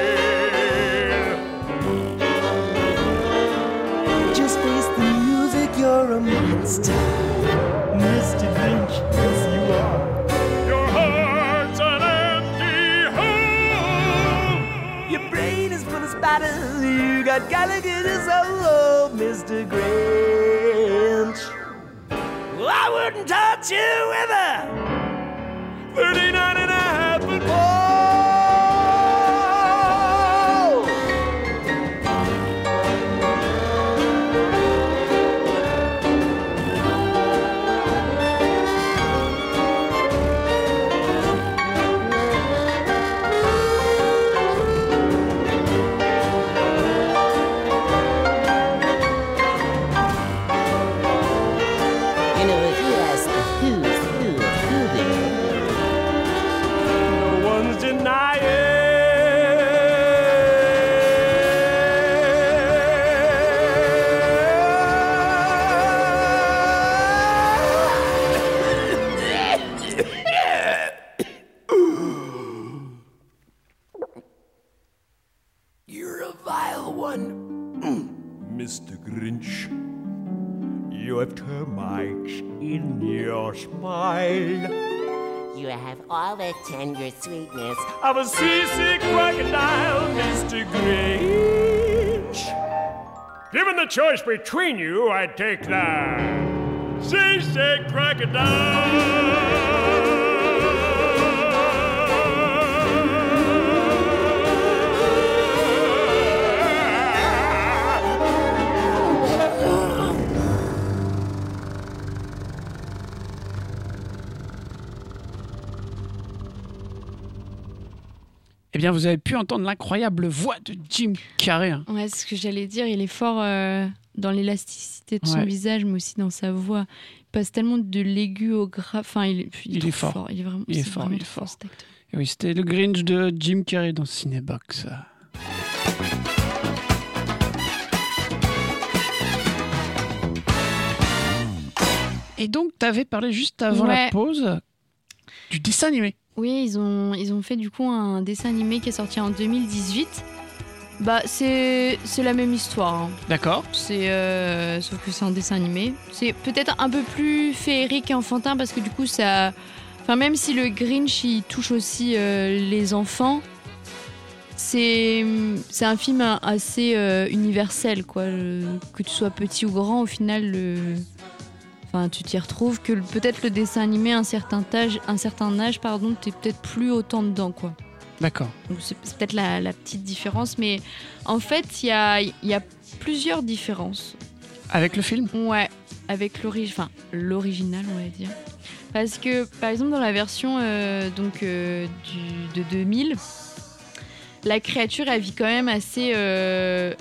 S5: peel.
S7: Just face the music, you're a monster. Mr. Lynch, yes you are.
S5: Your heart's an empty hole.
S7: Your brain is full of spiders, you got Gallagher as old Mr. Grinch. Well, I wouldn't touch you with a
S5: 39 and a half. and-
S7: pole.
S6: You know, if you ask who's who, who the
S5: No one's denying.
S6: You're a vile one.
S5: Mr. Grinch, you have termites in your smile.
S6: You have all the tender sweetness.
S5: I'm a seasick crocodile, Mr. Grinch. Given the choice between you, I'd take the seasick crocodile.
S2: Eh bien, vous avez pu entendre l'incroyable voix de Jim Carrey. hein.
S3: Ouais, c'est ce que j'allais dire. Il est fort euh, dans l'élasticité de son
S2: Ouais.
S3: visage, mais aussi dans sa voix. Il passe tellement de l'aigu au grave. Enfin, il, est-
S2: Il
S3: trop
S2: est fort.
S3: Il est vraiment
S2: Il est
S3: c'est
S2: fort,
S3: vraiment
S2: il est
S3: trop
S2: fort.
S3: cet acteur.
S2: Et oui, c'était le Grinch de Jim Carrey dans Cinebox. Et donc, tu avais parlé juste avant la
S3: Ouais.
S2: pause du dessin animé.
S3: Oui, ils ont, ils ont fait du coup un dessin animé qui est sorti en 2018. Bah, c'est c'est la même histoire. hein.
S2: D'accord.
S3: C'est euh, sauf que c'est en dessin animé. C'est peut-être un peu plus féerique et enfantin parce que du coup ça, enfin même si le Grinch il touche aussi euh, les enfants, c'est c'est un film euh, assez euh, universel quoi. Euh, Que tu sois petit ou grand, au final le, enfin tu t'y retrouves. Que le- peut-être le dessin animé à un certain âge, un certain âge pardon, t'es peut-être plus autant dedans quoi.
S2: D'accord.
S3: Donc c'est c'est peut-être la, la petite différence, mais en fait, il y a, il y a plusieurs différences.
S2: Avec le film
S3: Ouais, avec l'origi- enfin, l'original, on va dire. Parce que, par exemple, dans la version euh, donc, euh, du- de 2000, la créature, elle vit quand même assez euh,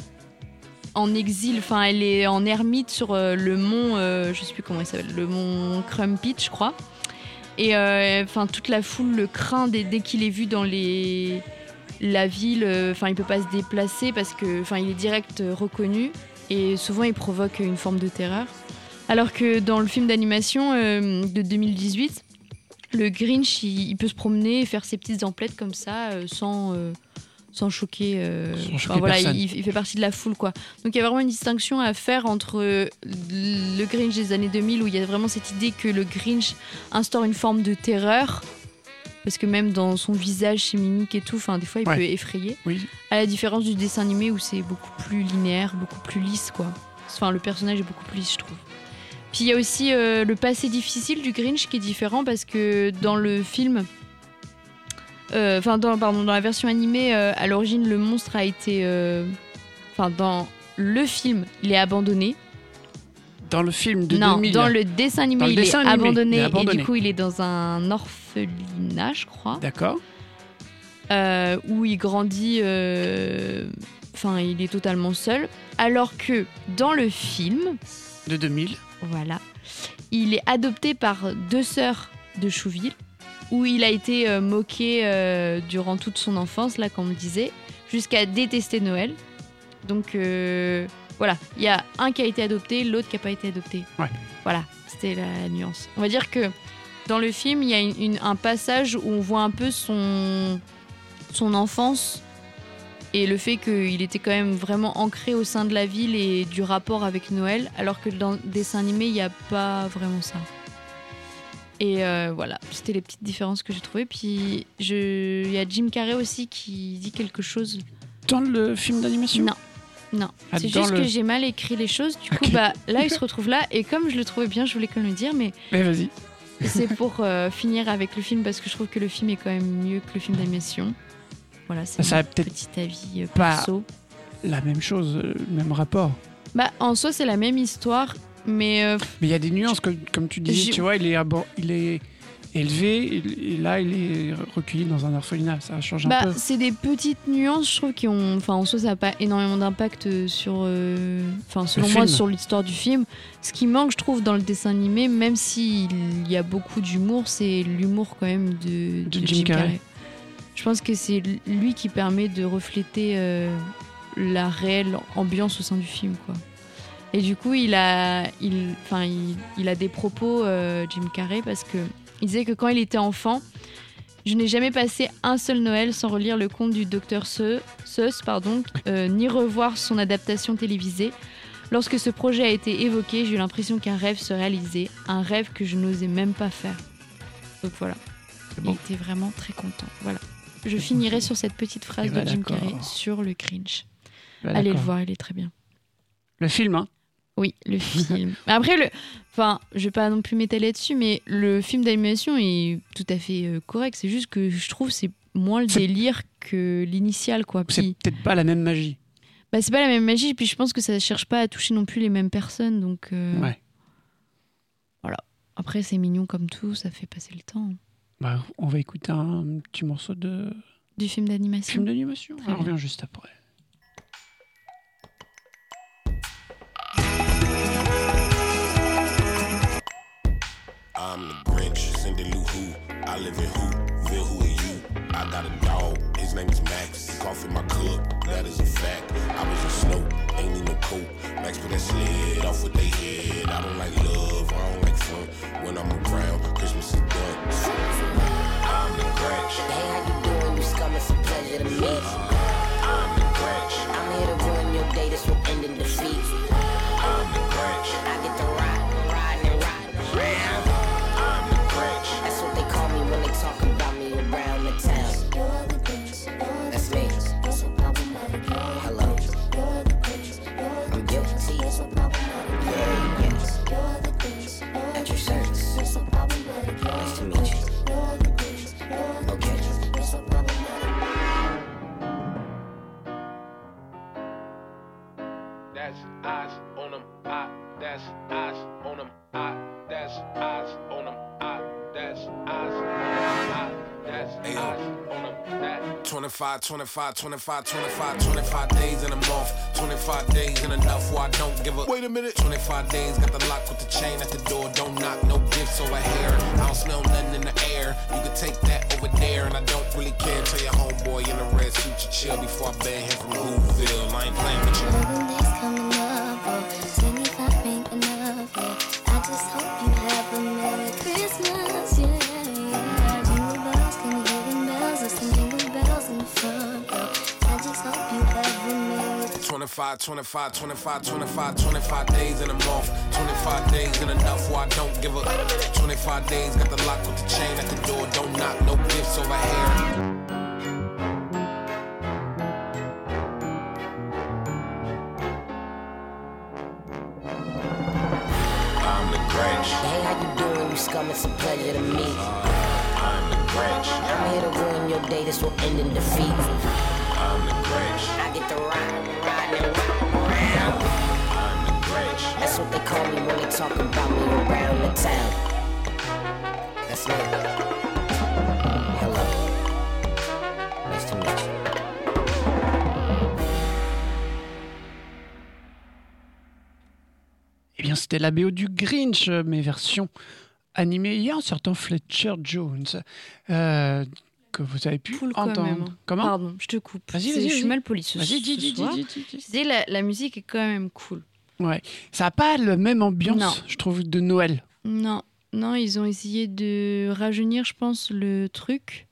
S3: en exil. Enfin, elle est en ermite sur euh, le mont, euh, je sais plus comment il s'appelle, le mont Crumpit, je crois. Et euh, enfin, toute la foule le craint dès, dès qu'il est vu dans les la ville. euh, Enfin, il peut pas se déplacer parce que, enfin, il est direct euh, reconnu et souvent il provoque une forme de terreur. Alors que dans le film d'animation euh, de 2018, le Grinch il, il peut se promener et faire ses petites emplettes comme ça euh, sans, euh, sans choquer. euh,
S2: Sans
S3: enfin,
S2: choquer
S3: voilà,
S2: personne.
S3: il, il fait partie de la foule quoi. Donc il y a vraiment une distinction à faire entre euh, le Grinch des années 2000 où il y a vraiment cette idée que le Grinch instaure une forme de terreur. Parce que même dans son visage, ses mimiques et tout, enfin, des fois, il
S2: Ouais.
S3: peut effrayer.
S2: Oui.
S3: À la différence du dessin animé où c'est beaucoup plus linéaire, beaucoup plus lisse, quoi. Enfin, le personnage est beaucoup plus lisse, je trouve. Puis il y a aussi euh, le passé difficile du Grinch qui est différent parce que dans le film. euh, Enfin, dans, pardon, dans la version animée, euh, à l'origine, le monstre a été. euh, Enfin, dans le film, il est abandonné.
S2: Dans le film de
S3: non,
S2: 2000.
S3: dans le dessin animé,
S2: Dans le
S3: il,
S2: dessin
S3: est
S2: animé,
S3: abandonné,
S2: il est
S3: Et
S2: abandonné.
S3: du coup, il est dans un orphelinat, je crois
S2: D'accord.
S3: euh, où il grandit, euh, enfin il est totalement seul, alors que dans le film,
S2: De 2000.
S3: voilà, il est adopté par deux sœurs de Chouville, où il a été euh, moqué euh, durant toute son enfance, là comme on le disait, jusqu'à détester Noël. Donc euh, Voilà, il y a un qui a été adopté, l'autre qui n'a pas été adopté.
S2: Ouais.
S3: Voilà, c'était la nuance. On va dire que dans le film, il y a une- une- un passage où on voit un peu son, son enfance et le fait qu'il était quand même vraiment ancré au sein de la ville et du rapport avec Noël, alors que dans le dessin animé, il n'y a pas vraiment ça. Et euh, voilà, c'était les petites différences que j'ai trouvées. Puis je- il y a Jim Carrey aussi qui dit quelque chose
S2: Dans le film d'animation
S3: non. Non,
S2: Ah,
S3: c'est
S2: dans
S3: juste
S2: le-
S3: que j'ai mal écrit les choses. Du coup,
S2: Ok.
S3: bah, là, il se retrouve là. Et comme je le trouvais bien, je voulais quand même le dire, mais
S2: Mais Eh, vas-y.
S3: c'est pour euh, finir avec le film parce que je trouve que le film est quand même mieux que le film d'animation. Voilà, c'est
S2: Ça
S3: mon
S2: a peut-être
S3: petit avis euh,
S2: pas-
S3: perso.
S2: la même chose, euh, le même rapport.
S3: Bah, en soi, c'est la même histoire, mais euh,
S2: Mais il y a des nuances, comme, comme tu disais,
S3: J'ai-
S2: tu vois, il est, abo- il est élevé, il- et là, il est recueilli dans un orphelinat. Ça change un
S3: bah,
S2: peu.
S3: c'est des petites nuances, je trouve, qui ont. Enfin, en soi, ça n'a pas énormément d'impact sur. euh, Enfin, selon
S2: film.
S3: moi, sur l'histoire du film. Ce qui manque, je trouve, dans le dessin animé, même s'il y a beaucoup d'humour, c'est l'humour quand même de,
S2: De Jim Carrey.
S3: Je pense que c'est lui qui permet de refléter euh, la réelle ambiance au sein du film, quoi. Et du coup, il a, il, enfin, il, il a des propos, euh, Jim Carrey, parce que il disait que quand il était enfant, je n'ai jamais passé un seul Noël sans relire le conte du docteur Seuss, Seuss, pardon, euh, ni revoir son adaptation télévisée. Lorsque ce projet a été évoqué, j'ai eu l'impression qu'un rêve se réalisait, un rêve que je n'osais même pas faire. Donc voilà,
S2: C'est bon.
S3: il était vraiment très content. Voilà. Je finirai sur cette petite phrase
S2: Eh ben,
S3: de Jim
S2: d'accord.
S3: Carrey sur le cringe.
S2: Bah,
S3: Allez le
S2: d'accord.
S3: voir, il est très bien.
S2: Le film, hein
S3: Oui, le film. Mais Après, le... enfin, je vais pas non plus m'étaler dessus, mais le film d'animation est tout à fait euh, correct. C'est juste que je trouve c'est moins le
S2: C'est-
S3: délire que l'initial, quoi.
S2: c'est
S3: Puis,
S2: peut-être pas la même magie.
S3: bah, c'est pas la même magie, puis je pense que ça cherche pas à toucher non plus les mêmes personnes. Donc, euh,
S2: Ouais.
S3: après, c'est mignon comme tout, ça fait passer le temps.
S2: Bah, on va écouter un petit morceau de
S3: Du film d'animation.
S2: film d'animation.
S3: Très
S2: On
S3: bien.
S2: revient juste après.
S8: I'm the Grinch, Cindy Lou Who. I live in Whoville, who are you? I got a dog, his name is Max. Coffee my cup, that is a fact. I was in snow, ain't need no coat. Max put that slid off with they head. I don't like love, I don't like fun. When I'm around, Christmas is done. I'm the Grinch,
S6: Hey, how you doing? You scum, it's a pleasure to meet you.
S8: I'm the Grinch,
S6: I'm here to ruin your day, this will end in defeat.
S8: I'm the Grinch,
S6: I get to ride, ride and ride.
S8: I'm the Grinch,
S6: That's what they call me when they talk about me around the town.
S9: You're the bitch, you're
S6: That's me.
S9: the- you're so problematic, you're the-
S6: Hello,
S9: you're the bitch, you're the-
S6: I'm guilty.
S9: you're so problematic,
S6: Yeah, yes.
S9: you're the bitch, you're
S6: At your service.
S9: the- so problematic, you're
S6: Nice to meet you.
S9: the bitch, you're the-
S6: Okay.
S9: you're so problematic.
S8: That's eyes on them. I, that's eyes on them. I, that's eyes on them. I, that's eyes on them. I, that's eyes on them. That. 25, 25, 25, 25, 25 days in a month. 25 days in enough where I don't give a. Wait a minute. 25 days, got the lock with the chain at the door. Don't knock, no gifts over here. I don't smell nothing in the air. You can take that over there, and I don't really care. Tell your homeboy in the red suit to chill before I ban him from Louisville. I ain't playing with you.
S9: Golden days coming up, oh, 25 ain't enough, yeah. I just hope you have a Merry Christmas, yeah, yeah. Jingle bells, can you hear them bells? There's some jingle bells in the front, oh. I just hope you have a Merry
S8: 25, 25, 25, 25, 25 days in a month. 25 days in enough where I don't give a. 25 days, got the lock with the chain at the door. Don't knock, no gifts over here. I'm the Grinch.
S6: Hey, how you doing? You scum, it's a pleasure to meet you.
S8: I'm the Grinch.
S6: I'm here to ruin your day, this will end in defeat.
S8: I'm the Grinch.
S6: I get to ride, ride and ride around.
S8: I'm the Grinch.
S6: That's what they call me when they talk about me around the town. That's me. Hello. Nice to meet you.
S2: Eh bien, c'était la BO du Grinch, euh, mais version animée. Il y a un certain Fletcher Jones euh, que vous avez pu
S3: Cool quand
S2: entendre.
S3: même. hein.
S2: Comment
S3: Pardon, je te coupe.
S2: Vas-y,
S3: C'est-
S2: vas-y,
S3: Je suis
S2: vas-y.
S3: mal polie ce,
S2: Vas-y, dis,
S3: ce
S2: dis, dis,
S3: soir.
S2: dis, dis, dis.
S3: Je disais, la, la musique est quand même cool.
S2: Ça n'a pas la même ambiance,
S3: Non.
S2: je trouve, de Noël.
S3: Non, non, ils ont essayé de rajeunir, je pense, le truc.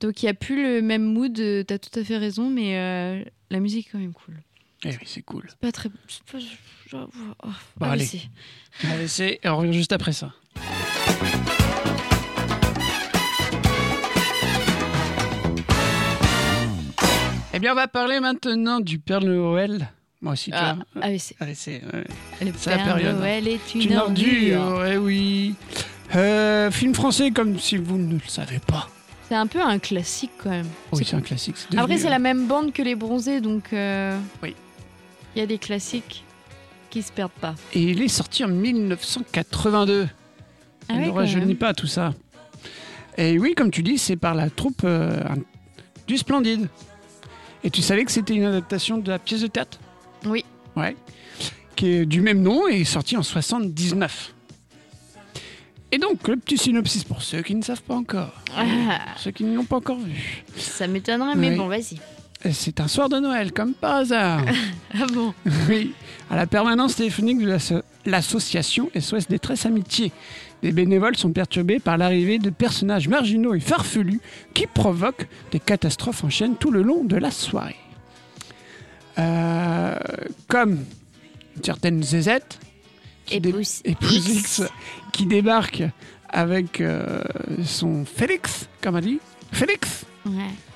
S3: Donc il n'y a plus le même mood, euh, t'as tout à fait raison, mais euh, la musique est quand même cool.
S2: Eh oui, c'est cool.
S3: C'est pas très... c'est pas- genre, oh,
S2: Bah,
S3: allez,
S2: allez.
S3: c'est-
S2: Allez, c'est... On revient juste après ça. Eh bien, on va parler maintenant du Père Noël. Moi aussi, tu
S3: Ah,
S2: vois.
S3: AVC.
S2: Allez, c'est... ouais.
S3: Le
S2: C'est la
S3: Père
S2: période, hein.
S3: Noël est une,
S2: Tu n'en
S3: ordure.
S2: eh oui. Euh, film français, comme si vous ne le savez pas.
S3: C'est un peu un classique quand même.
S2: Oui, c'est un classique. c'est devenu-
S3: Après, c'est la même bande que les bronzés, donc... euh,
S2: Oui.
S3: Il y a des classiques qui se perdent pas.
S2: euh, Et il est sorti en 1982.
S3: Ah
S2: Il
S3: ouais,
S2: ne
S3: quand
S2: rajeunit
S3: même.
S2: pas tout ça. Et oui, comme tu dis, c'est par la troupe euh, un- du Splendide. Et tu savais que c'était une adaptation de la pièce de théâtre
S3: Oui.
S2: Ouais. Qui est du même nom et est sortie en 79. Et donc, le petit synopsis pour ceux qui ne savent pas encore,
S3: Ah,
S2: ceux qui ne l'ont pas encore vu.
S3: ça m'étonnerait, mais
S2: Oui.
S3: bon, vas-y.
S2: Et C'est un soir de Noël, comme par hasard.
S3: Ah bon
S2: Oui, à la permanence téléphonique de l'asso- l'association SOS Détresse Amitié. Des bénévoles sont perturbés par l'arrivée de personnages marginaux et farfelus qui provoquent des catastrophes en chaîne tout le long de la soirée. Euh, comme une certaine Zézette, qui dé-
S3: Épouse
S2: épouse
S3: X.
S2: X, qui débarque avec euh, son Félix, comme on dit. Félix
S3: Ouais.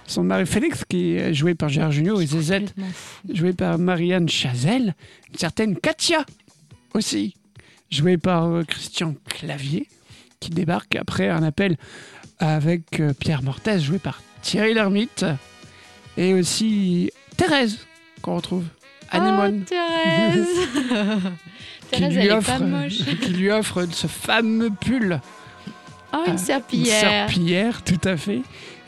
S2: Son mari Félix, qui est joué par Gérard Junior, et Zézette,
S3: complètement fou.
S2: jouée par Marianne Chazelle, une certaine Katia aussi, jouée par euh, Christian Clavier, qui débarque après un appel avec euh, Pierre Mortez, joué par Thierry Lhermitte, et aussi Thérèse, qu'on retrouve, Anemone,
S3: Oh, Thérèse Thérèse, elle est pas
S2: euh,
S3: moche.
S2: qui lui offre ce fameux pull,
S3: Oh,
S2: Ah,
S3: une
S2: une
S3: serpillière.
S2: serpillière, tout à fait,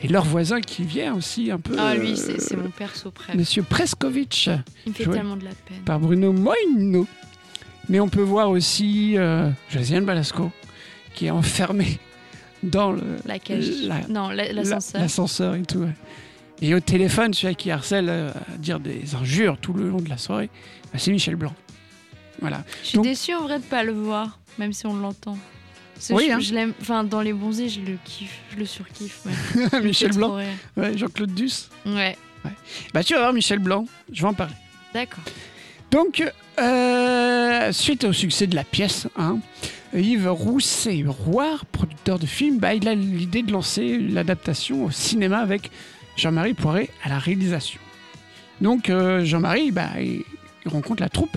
S2: et leur voisin qui vient aussi un peu...
S3: Oh, lui, c'est
S2: euh,
S3: c'est mon perso préf.
S2: Monsieur Preskovitch.
S3: Il me fait
S2: joué.
S3: tellement de la peine.
S2: par Bruno Moino. Mais on peut voir aussi euh, Josiane Balasco, qui est enfermée dans le-
S3: La cage.
S2: La-
S3: non, la-
S2: la-
S3: l'ascenseur.
S2: l'ascenseur et tout. ouais. Et au téléphone, celui qui harcèle euh, à dire des injures tout le long de la soirée, bah, c'est Michel Blanc. Voilà.
S3: Je suis
S2: Donc-
S3: déçue en vrai de pas le voir, même si on l'entend. Parce que
S2: Oui,
S3: je,
S2: hein.
S3: je l'aime. Enfin, dans les bronzés, je le kiffe. Je le surkiffe. même. Il me
S2: Michel
S3: fait
S2: Blanc,
S3: trop rire.
S2: ouais, Jean-Claude Duss.
S3: Ouais,
S2: Bah, tu vas voir Michel Blanc, je vais en parler.
S3: d'accord.
S2: Donc, euh, suite au succès de la pièce, hein, Yves Rousset-Roir, producteur de film, bah, il a l'idée de lancer l'adaptation au cinéma avec Jean-Marie Poiré à la réalisation. Donc, euh, Jean-Marie, bah, il, il rencontre la troupe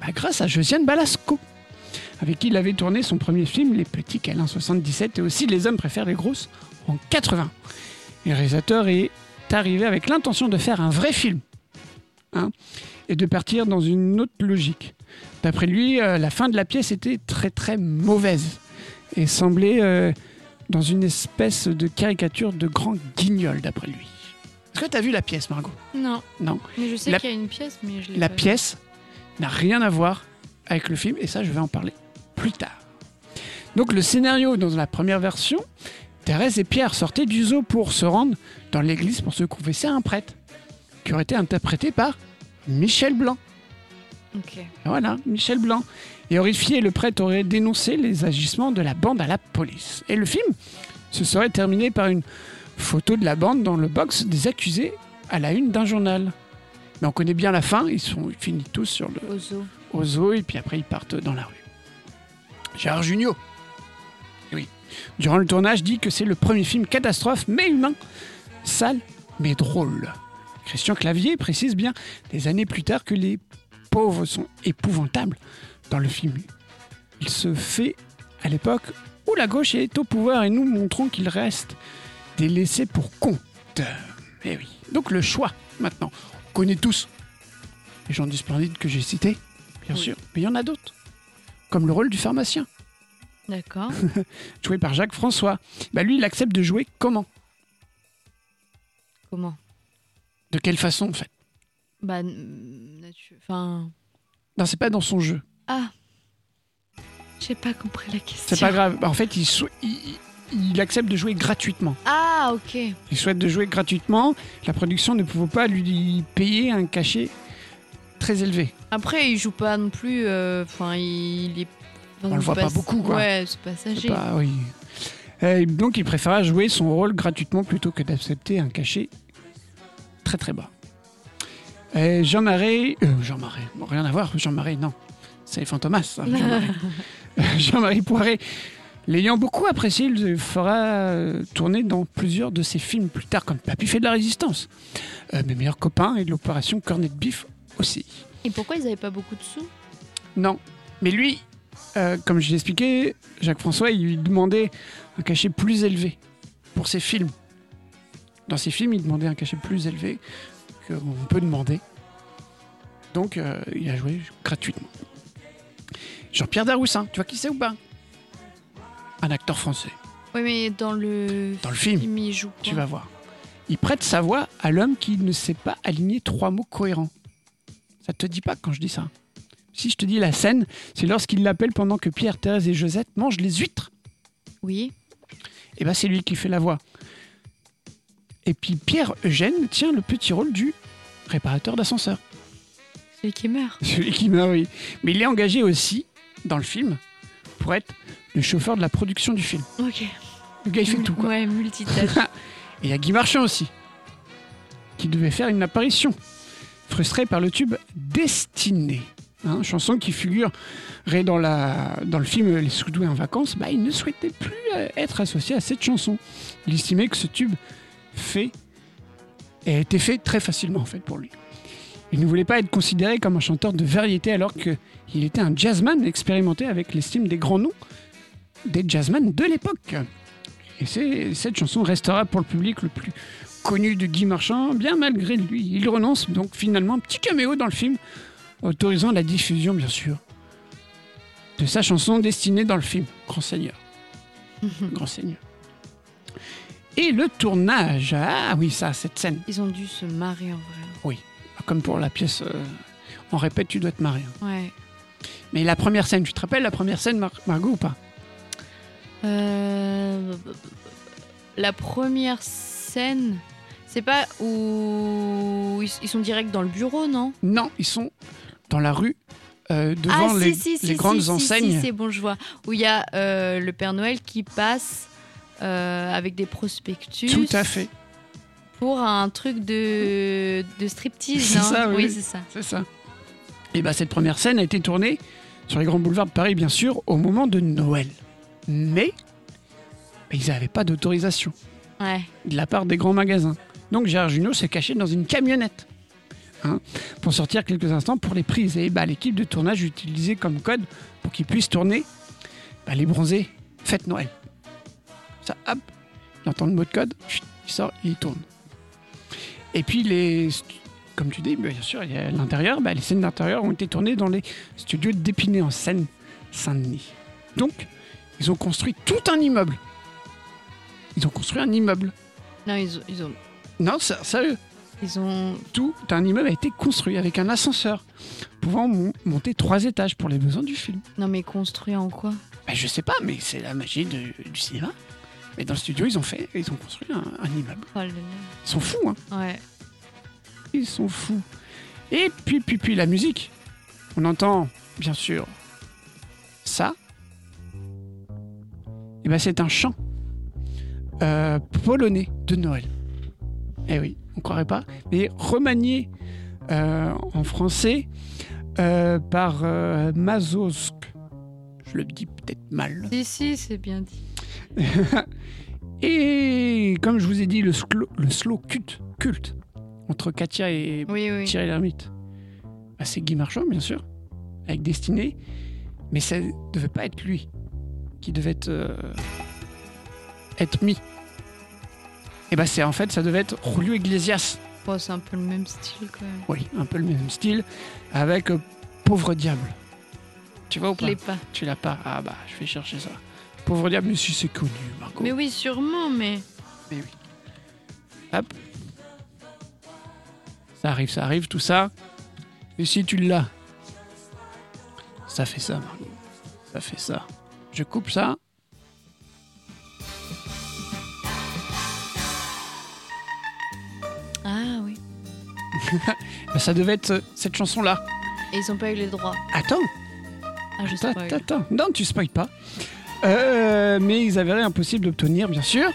S2: bah, grâce à Josiane Balasco, avec qui il avait tourné son premier film, Les Petits Câlins 77, et aussi Les Hommes préfèrent les Grosses en 80. Et le réalisateur est arrivé avec l'intention de faire un vrai film et de partir dans une autre logique. D'après lui, euh, la fin de la pièce était très très mauvaise et semblait euh, dans une espèce de caricature de grand guignol, d'après lui. Est-ce que tu as vu la pièce, Margot
S3: Non.
S2: Non.
S3: Mais je sais
S2: La-
S3: qu'il y a une pièce, mais je l'ai
S2: La
S3: pas vue.
S2: pièce n'a rien à voir avec le film, et ça, je vais en parler plus tard. Donc, le scénario dans la première version, Thérèse et Pierre sortaient du zoo pour se rendre dans l'église pour se confesser à un prêtre, qui aurait été interprété par Michel Blanc.
S3: Ok.
S2: Voilà, Michel Blanc. Et horrifié, le prêtre aurait dénoncé les agissements de la bande à la police. Et le film se serait terminé par une photo de la bande dans le box des accusés à la une d'un journal. Mais on connaît bien la fin, ils sont ils finissent tous sur le
S3: Ozo.
S2: au zoo et puis après ils partent dans la rue. Gérard Jugnot. Oui. Durant le tournage, dit que c'est le premier film catastrophe mais humain, sale mais drôle. Christian Clavier précise bien des années plus tard que les pauvres sont épouvantables dans le film. Il se fait à l'époque où la gauche est au pouvoir et nous montrons qu'il reste des laissés pour compte. Eh oui. Donc le choix maintenant. On connaît tous les gens du Splendide que j'ai cités, bien sûr, mais il y en a d'autres. Comme le rôle du pharmacien,
S3: D'accord.
S2: joué par Jacques François. Bah lui, il accepte de jouer comment
S3: Comment
S2: De quelle façon en fait
S3: Bah, n- natu- enfin.
S2: Non, c'est pas dans son jeu.
S3: Ah. J'ai pas compris la question.
S2: C'est pas grave. Bah, en fait, il, sou- il- il- il accepte de jouer gratuitement.
S3: Ah Ah, ok.
S2: Il souhaite de jouer gratuitement, la production ne pouvait pas lui payer un cachet très élevé.
S3: Après, il joue pas non plus. euh, Enfin, il est.
S2: On le voit pas beaucoup, quoi.
S3: Ouais, c'est
S2: C'est
S3: passager.
S2: pas- oui. Euh, donc il préféra jouer son rôle gratuitement plutôt que d'accepter un cachet très très bas. Euh, Jean Marais, euh, Jean Marais, bon, rien à voir, Jean Marais, non, c'est Fantomas, ça, Jean Marais. Euh, Jean-Marie Poiret, l'ayant beaucoup apprécié, il le fera euh, tourner dans plusieurs de ses films plus tard, comme Papy fait de la résistance, euh, Mes meilleurs copains et l'opération Cornet de Bif aussi.
S3: Et pourquoi ils avaient pas beaucoup de sous
S2: Non. Mais lui, euh, comme je l'expliquais, Jacques François, il lui demandait un cachet plus élevé pour ses films. Dans ses films, il demandait un cachet plus élevé qu'on peut demander. Donc, euh, il a joué gratuitement. Jean-Pierre Daroussin, tu vois qui c'est ou pas Un acteur français,
S3: Oui, mais dans le.
S2: Dans le film,
S3: il joue quoi
S2: tu vas voir. Il prête sa voix à l'homme qui ne sait pas aligner trois mots cohérents. Ça te dit pas quand je dis ça Si je te dis la scène, c'est lorsqu'il l'appelle pendant que Pierre, Thérèse et Josette mangent les huîtres.
S3: Oui.
S2: Et ben c'est lui qui fait la voix. Et puis Pierre Eugène tient le petit rôle du réparateur d'ascenseur.
S3: Celui qui meurt.
S2: Celui qui meurt, oui. Mais il est engagé aussi dans le film pour être le chauffeur de la production du film.
S3: Ok.
S2: Le gars il fait tout quoi.
S3: Ouais, multitâche.
S2: Et il y a Guy Marchand aussi, qui devait faire une apparition, frustré par le tube Destinée. Hein, chanson qui figurerait dans, la, dans le film Les Soudoués en vacances, bah, il ne souhaitait plus euh, être associé à cette chanson. Il estimait que ce tube fait et a été fait très facilement en fait pour lui. Il ne voulait pas être considéré comme un chanteur de variété alors qu'il était un jazzman expérimenté avec l'estime des grands noms des jazzmen de l'époque. Et c'est- cette chanson restera pour le public le plus connu de Guy Marchand, bien malgré lui. Il renonce donc finalement un petit caméo dans le film, autorisant la diffusion bien sûr de sa chanson destinée dans le film Grand Seigneur.
S3: Mhm.
S2: Grand Seigneur. Et le tournage, ah oui ça, cette scène,
S3: Ils ont dû se marrer en vrai.
S2: comme pour la pièce, euh, on répète, tu dois te marier.
S3: Ouais.
S2: Mais la première scène, tu te rappelles la première scène, Mar- Margot ou pas
S3: Euh, La première scène, c'est pas où ils ils sont direct dans le bureau, non
S2: Non, ils sont dans la rue, euh, devant
S3: Ah,
S2: les,
S3: si, si, si,
S2: les
S3: si,
S2: grandes
S3: si, si,
S2: enseignes.
S3: c'est bon, je vois. Où il y a euh, le Père Noël qui passe euh, avec des prospectus.
S2: Tout à fait,
S3: Pour un truc de, de striptease,
S2: C'est
S3: non
S2: ça, oui.
S3: c'est ça.
S2: c'est ça. Et bien cette première scène a été tournée sur les grands boulevards de Paris, bien sûr, au moment de Noël. Mais ben, ils n'avaient pas d'autorisation
S3: Ouais.
S2: de la part des grands magasins. Donc Gérard Junot s'est caché dans une camionnette hein, pour sortir quelques instants pour les prises. Et ben, l'équipe de tournage utilisait comme code pour qu'ils puissent tourner ben, les bronzés Fête Noël. Ça, hop, il entend le mot de code, chut, il sort, il tourne. Et puis, les, stu- comme tu dis, bah, bien sûr, il y a l'intérieur, ben, les scènes d'intérieur ont été tournées dans les studios d'Épinay en Seine-Saint-Denis. Donc, ils ont construit tout un immeuble. Ils ont construit un immeuble.
S3: Non, ils, ont- ils ont.
S2: Non, sé- sérieux.
S3: Ils ont.
S2: Tout un immeuble a été construit avec un ascenseur pouvant mon- monter trois étages pour les besoins du film.
S3: Non, mais construit en quoi
S2: Bah, je sais pas, mais c'est la magie de- du cinéma. Mais dans le studio, ils ont fait, ils ont construit un, un immeuble.
S3: Oh, le-
S2: Ils sont fous, hein.
S3: Ouais.
S2: Ils sont fous. Et puis, puis, puis, la musique. On entend, bien sûr, ça. Et ben, c'est un chant euh, polonais de Noël. Eh oui, on croirait pas, mais remanié euh, en français euh, par euh, Mazosk. Je le dis peut-être mal.
S3: Si, si, c'est bien dit.
S2: Et comme je vous ai dit, le, sclo- le slow culte, culte entre Katia et
S3: Oui, oui.
S2: Thierry l'ermite. Bah, c'est Guy Marchand, bien sûr, avec Destinée, mais ça devait pas être lui qui devait être, euh, être mis. Et bah c'est en fait, ça devait être Julio Iglesias.
S3: Bon, c'est un peu le même style, quand même.
S2: Oui, un peu le même style, avec euh, Pauvre Diable. Tu vois ou
S3: Je
S2: pas
S3: l'ai pas.
S2: Tu l'as pas Ah bah, je vais chercher ça. Pauvre Diable, mais si c'est connu, Margot.
S3: Mais oui, sûrement, mais.
S2: Mais oui. Hop. Ça arrive, ça arrive, tout ça. Mais si tu l'as, ça fait ça, Margot. Ça fait ça. Je coupe ça. Bah, ça devait être euh, cette chanson-là.
S3: Et ils ont pas eu les droits.
S2: Attends,
S3: Ah, je
S2: attends,
S3: spoil.
S2: attends, attends. Non, tu spoil pas. Euh, mais ils avaient impossible d'obtenir, bien sûr.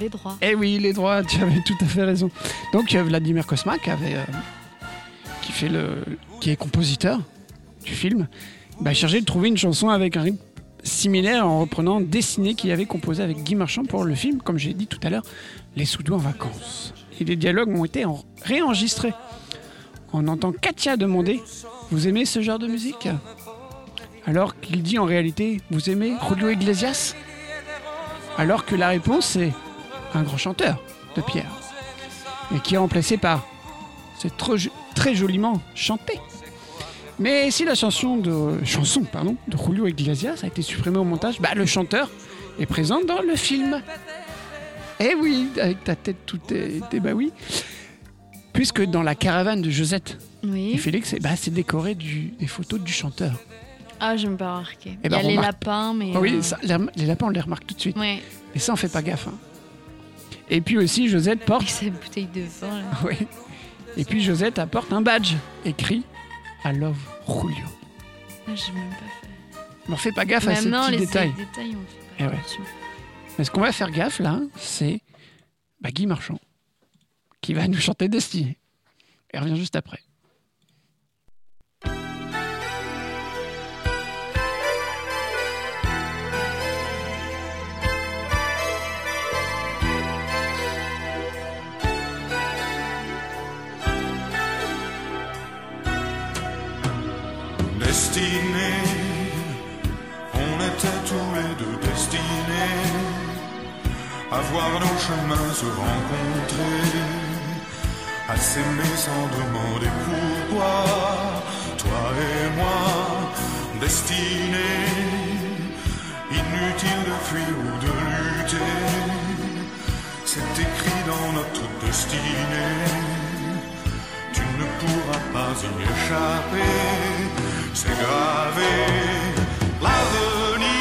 S3: Les droits.
S2: Eh oui, les droits, tu avais tout à fait raison. Donc euh, Vladimir Kosma qui avait, euh, qui fait le, qui est compositeur du film, bah, cherchait de trouver une chanson avec un rythme similaire en reprenant Dessiné qu'il avait composé avec Guy Marchand pour le film, comme j'ai dit tout à l'heure, Les Soudous en vacances. Et les dialogues ont été en- réenregistrés. On entend Katia demander Vous aimez ce genre de musique Alors qu'il dit en réalité Vous aimez Julio Iglesias Alors que la réponse est un grand chanteur de Pierre, et qui est remplacé par c'est trop jo- très joliment chanté. Mais si la chanson de chanson pardon de Julio Iglesias a été supprimée au montage, bah le chanteur est présent dans le film. Eh oui, avec ta tête tout est, eh bah oui, puisque dans la caravane de Josette et
S3: Oui.
S2: Félix, eh bah, c'est décoré du- des photos du chanteur.
S3: Ah, je me pas remarqué.
S2: Eh ben,
S3: Il y a les
S2: remarque.
S3: lapins, mais.
S2: Ah
S3: euh,
S2: oui, ça, les- les lapins on les remarque tout de suite,
S3: Ouais,
S2: et ça on fait pas gaffe. hein. Et puis aussi Josette porte
S3: avec sa bouteille de vin, là.
S2: Oui. Et puis Josette apporte un badge écrit I love Julio.
S3: Ah, j'ai même pas fait.
S2: Ne fais pas gaffe à ces
S3: Maintenant,
S2: petits
S3: les
S2: détails.
S3: détails, on fait
S2: Eh
S3: pas
S2: ouais.
S3: attention.
S2: Mais ce qu'on va faire gaffe là, c'est bah, Guy Marchand qui va nous chanter Destinée. Elle revient juste après.
S10: Destinés, on était tous les deux destinés à voir nos chemins se rencontrer, à s'aimer sans demander pourquoi, toi et moi, destinés, inutile de fuir ou de lutter, c'est écrit dans notre destinée tu ne pourras pas y échapper. C'est gravé. L'avenir,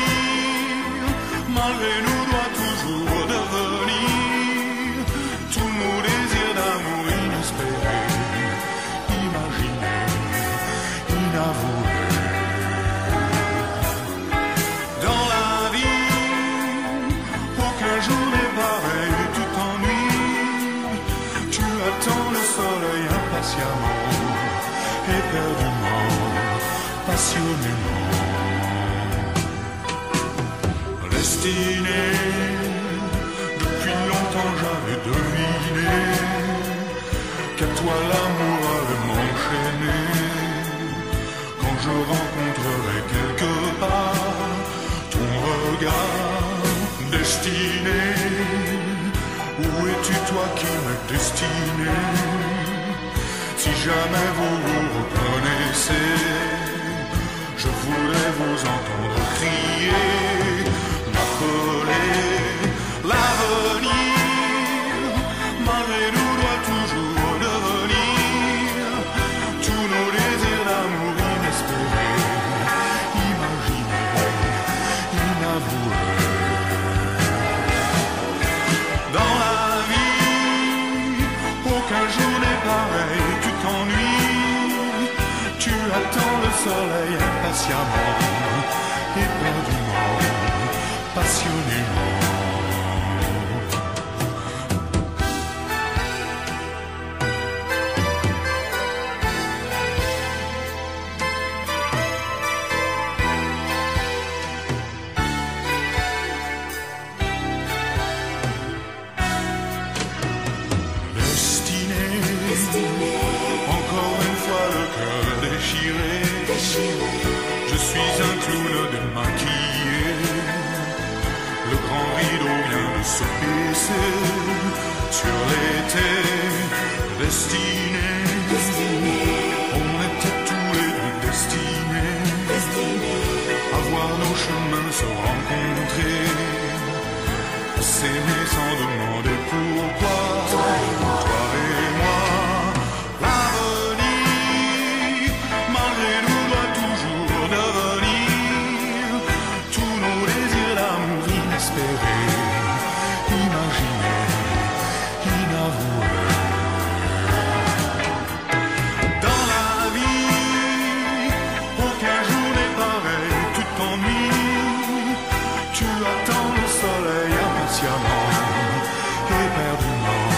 S10: malgré nous, doit toujours devenir tous nos désirs d'amour inespérés, imaginés, inavoués. Dans la vie, aucun jour n'est pareil, tu t'ennuies. Tu attends le soleil impatiemment, éperdument, passionnément. Destiné, depuis longtemps j'avais deviné qu'à toi l'amour allait m'enchaîner. Quand je rencontrerai quelque part ton regard destiné. Où es-tu toi qui me destiné Si jamais vous vous reconnaissez Je voulais vous entendre crier M'appeler l'avenir Malgré nous doit toujours devenir Tous nos désirs d'amour inespérés Imaginés, inavoués dans la vie. Aucun jour n'est pareil, tu t'ennuies. Tu attends le soleil impatiemment, éperdument, passionnément. Destiné, encore une fois le cœur déchiré. Je suis un clown démaquillé. Le grand rideau vient de se baisser sur l'été. Destiné, on était tous les deux destinés. À voir nos chemins se rencontrer. S'aimer sans demander pourquoi. Toi et moi. L'avenir, malgré nous, doit toujours devenir tous nos désirs d'amour inespérés, imaginés, inavoués. Tu attends le soleil impatiemment, éperdument,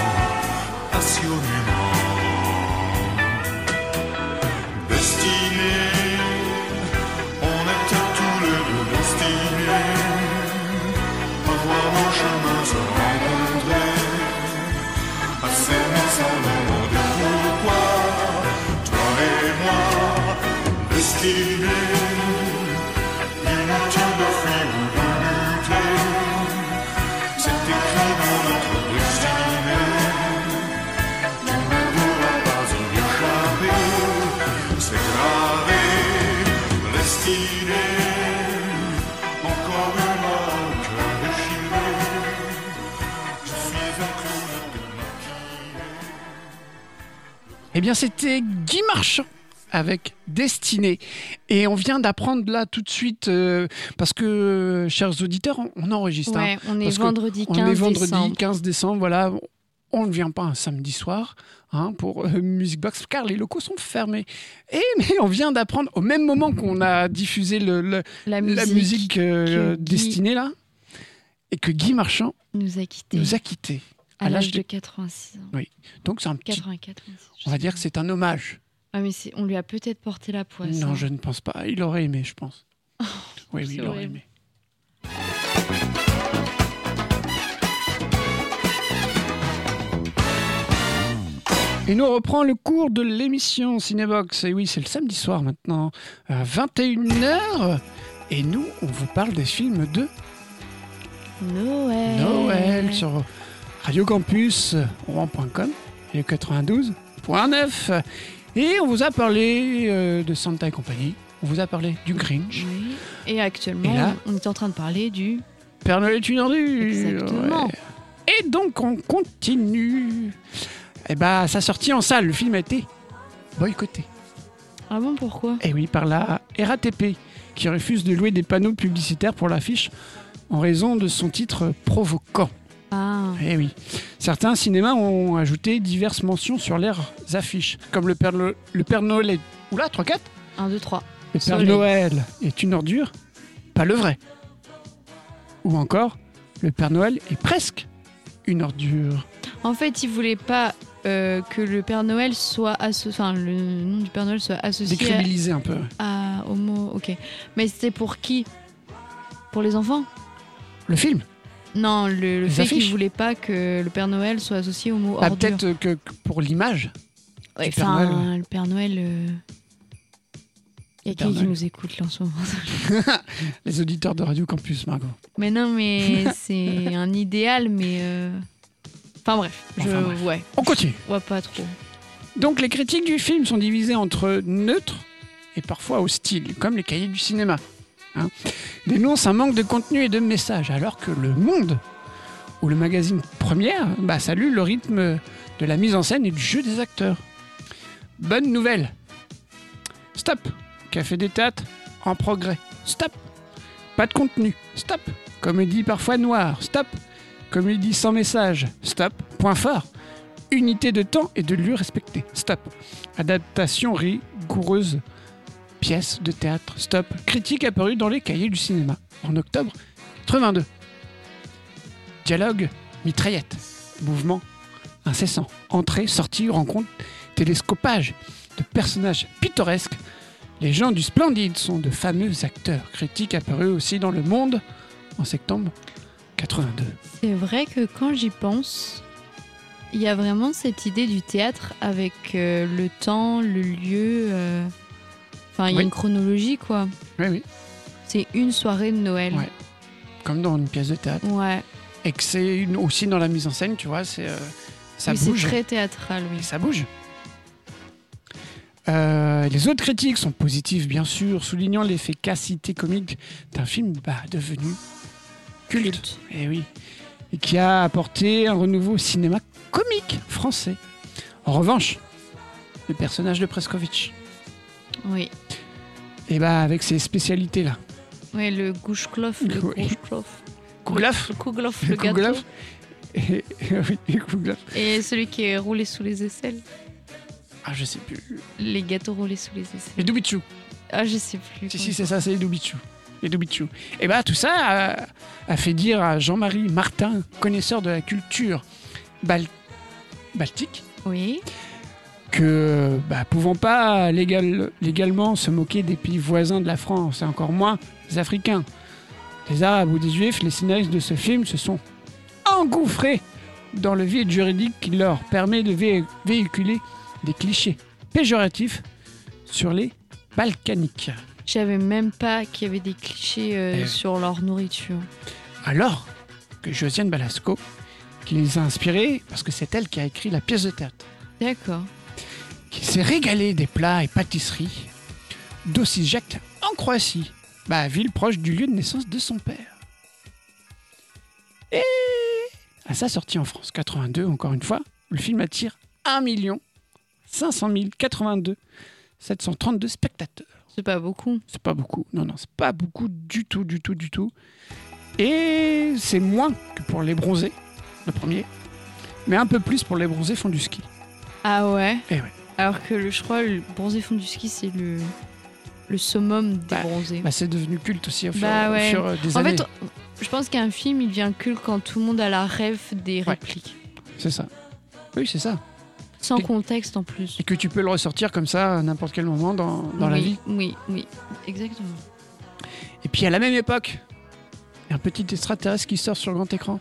S10: passionnément. Destinés, on était tous les deux destinés à voir nos chemins se rencontrer, à s'aimer sans demander pourquoi. Toi et moi, destinés. Inutile de fuir ou de lutter, c'est écrit dans notre destinée. Tu ne pourras pas y échapper, c'est gravé, destiné. Encore une heure au cœur déchiré, je suis un clown démaquillé.
S2: Eh bien, c'était Guy Marchand avec Destinée. Et on vient d'apprendre là tout de suite, euh, parce que, euh, chers auditeurs, on, on enregistre.
S3: Ouais,
S2: hein,
S3: on est
S2: parce que
S3: vendredi
S2: On est
S3: 15
S2: vendredi
S3: décembre.
S2: 15 décembre, voilà. On ne vient pas un samedi soir hein, pour euh, Music Box, car les locaux sont fermés. Et mais on vient d'apprendre, au même moment qu'on a diffusé le- le-
S3: La musique,
S2: la musique euh,
S3: que Guy-
S2: Destinée, là, et que Guy Marchand
S3: nous a quittés
S2: nous a quittés.
S3: à l'âge de 86 ans.
S2: Donc c'est un petit...
S3: 84 ans. je
S2: On va
S3: sais
S2: dire
S3: pas.
S2: que c'est un hommage.
S3: Ah, mais c'est- on lui a peut-être porté la poisse.
S2: non,
S3: hein.
S2: je ne pense pas. Il aurait aimé, je pense. oui, oui,
S3: Oh, c'est
S2: il aurait
S3: horrible.
S2: aimé. Et nous reprend le cours de l'émission Cinébox. Et oui, c'est le samedi soir maintenant, à 21h. Et nous, on vous parle des films de
S3: Noël.
S2: Noël sur Radio Campus, rouen.com, et 92.9. Et on vous a parlé euh, de Santa et compagnie. On vous a parlé du Grinch.
S3: Oui. Et actuellement,
S2: Et là-
S3: on est en train de parler du.
S2: Père Noël est une ordure.
S3: Exactement.
S2: Ouais. Et donc, on continue. Et bah, sa sortie en salle, le film a été boycotté.
S3: Ah bon, pourquoi
S2: Et oui, par la RATP, qui refuse de louer des panneaux publicitaires pour l'affiche en raison de son titre provoquant.
S3: Ah.
S2: Eh oui. Certains cinémas ont ajouté diverses mentions sur leurs affiches, comme le Père, No- le Père Noël est... Oula, 3-4
S3: 1, 2, 3.
S2: Le Père
S3: Soleil.
S2: Noël est une ordure, pas le vrai. Ou encore, le Père Noël est presque une ordure.
S3: En fait, ils voulaient pas euh, que le Père Noël soit asso- enfin le nom du Père Noël soit associé à-
S2: Décriminalisé un peu.
S3: à, au mot. Ah, Ok. Mais c'était pour qui Pour les enfants
S2: Le film
S3: Non, le, le
S2: Les
S3: fait
S2: affiches
S3: qu'ils voulaient pas que le Père Noël soit associé au mot
S2: Ah,
S3: ordure.
S2: Peut-être que que pour l'image.
S3: Ouais,
S2: du Père
S3: enfin,
S2: Noël,
S3: le Père Noël. euh. Il y a
S2: Le Père
S3: qui qui
S2: Noël.
S3: nous écoute là en ce moment
S2: Les auditeurs de Radio Campus, Margot.
S3: Mais non, mais c'est un idéal, mais. euh, Enfin bref, je,
S2: Enfin, bref.
S3: ouais,
S2: On continue.
S3: je vois pas trop.
S2: Donc les critiques du film sont divisées entre neutres et parfois hostiles, comme les cahiers du cinéma. Hein Dénonce un manque de contenu et de message, alors que Le Monde ou le magazine Première bah, salue le rythme de la mise en scène et du jeu des acteurs. Bonne nouvelle. Stop. Café des théâtres en progrès. Stop. Pas de contenu. Stop. Comédie parfois noire. Stop. Comédie sans message. Stop. Point fort unité de temps et de lieu respectée. Stop. Adaptation rigoureuse. Pièce de théâtre. Stop. Critique apparue dans les cahiers du cinéma en octobre 82. Dialogue, mitraillette, mouvement incessant, entrée, sortie, rencontre, télescopage de personnages pittoresques. Les gens du Splendide sont de fameux acteurs. Critique apparue aussi dans Le Monde en septembre 82.
S3: C'est vrai que quand j'y pense, il y a vraiment cette idée du théâtre avec euh, le temps, le lieu. euh, Enfin, il y a
S2: Oui.
S3: une chronologie, quoi.
S2: Oui, oui,
S3: C'est une soirée de Noël.
S2: Ouais. comme dans une pièce de théâtre.
S3: Ouais.
S2: et que c'est une- aussi dans la mise en scène, tu vois, c'est euh, ça
S3: Mais c'est
S2: bouge.
S3: très théâtral, oui.
S2: Et ça bouge. Euh, les autres critiques sont positives, bien sûr, soulignant l'efficacité comique d'un film bah, devenu culte. Et oui, et qui a apporté un renouveau au cinéma comique français. En revanche, le personnage de Preskovitch,
S3: Oui.
S2: et bah avec ses spécialités là,
S3: Ouais, le gouchklof, le
S2: Oui.
S3: gouchklof.
S2: Kouglof,
S3: Le kouglof, le gâteau.
S2: Kouglof, et, Eh oui, Kouglof.
S3: Et celui qui est roulé sous les aisselles.
S2: ah je sais plus,
S3: Les gâteaux roulés sous les aisselles.
S2: et Dubichu.
S3: Ah, je sais plus.
S2: Si,
S3: comment
S2: si,
S3: il
S2: c'est ça, c'est les Doubichous. et de Bichou. Et bah tout ça a, a fait dire à Jean-Marie Martin, connaisseur de la culture bal- baltique,
S3: Oui.
S2: que bah, pouvant pas légal- légalement se moquer des pays voisins de la France, et encore moins des Africains, des Arabes ou des Juifs, les scénaristes de ce film se sont engouffrés dans le vide juridique qui leur permet de vé- véhiculer des clichés péjoratifs sur les Balkaniques.
S3: Je savais même pas qu'il y avait des clichés euh,
S2: Eh oui.
S3: sur leur nourriture.
S2: Alors que Josiane Balasco, qui les a inspirés, parce que c'est elle qui a écrit la pièce de théâtre,
S3: D'accord.
S2: qui s'est régalée des plats et pâtisseries d'Osijek en Croatie, bah, ville proche du lieu de naissance de son père. Et à sa sortie en France, 82, encore une fois, le film attire 1 500 082 732 spectateurs.
S3: C'est pas beaucoup.
S2: C'est pas beaucoup. Non, non, c'est pas beaucoup du tout, du tout, du tout. Et c'est moins que pour les bronzés, le premier. Mais un peu plus pour les bronzés font du ski.
S3: Ah ouais
S2: Eh ouais.
S3: Alors que le, je crois le bronzé fond du ski, c'est le, le summum des bronzés.
S2: Bah, c'est devenu culte aussi au fur,
S3: Bah
S2: au
S3: ouais.
S2: fur, euh, des
S3: en
S2: années.
S3: fait, on- je pense qu'un film, il devient culte quand tout le monde a la rêve des répliques.
S2: C'est ça. Oui, c'est ça.
S3: Sans
S2: Et-
S3: contexte en plus.
S2: Et que tu peux le ressortir comme ça à n'importe quel moment dans, dans
S3: oui,
S2: la vie.
S3: Oui, oui, exactement.
S2: Et puis à la même époque, il y a un petit extraterrestre qui sort sur grand écran.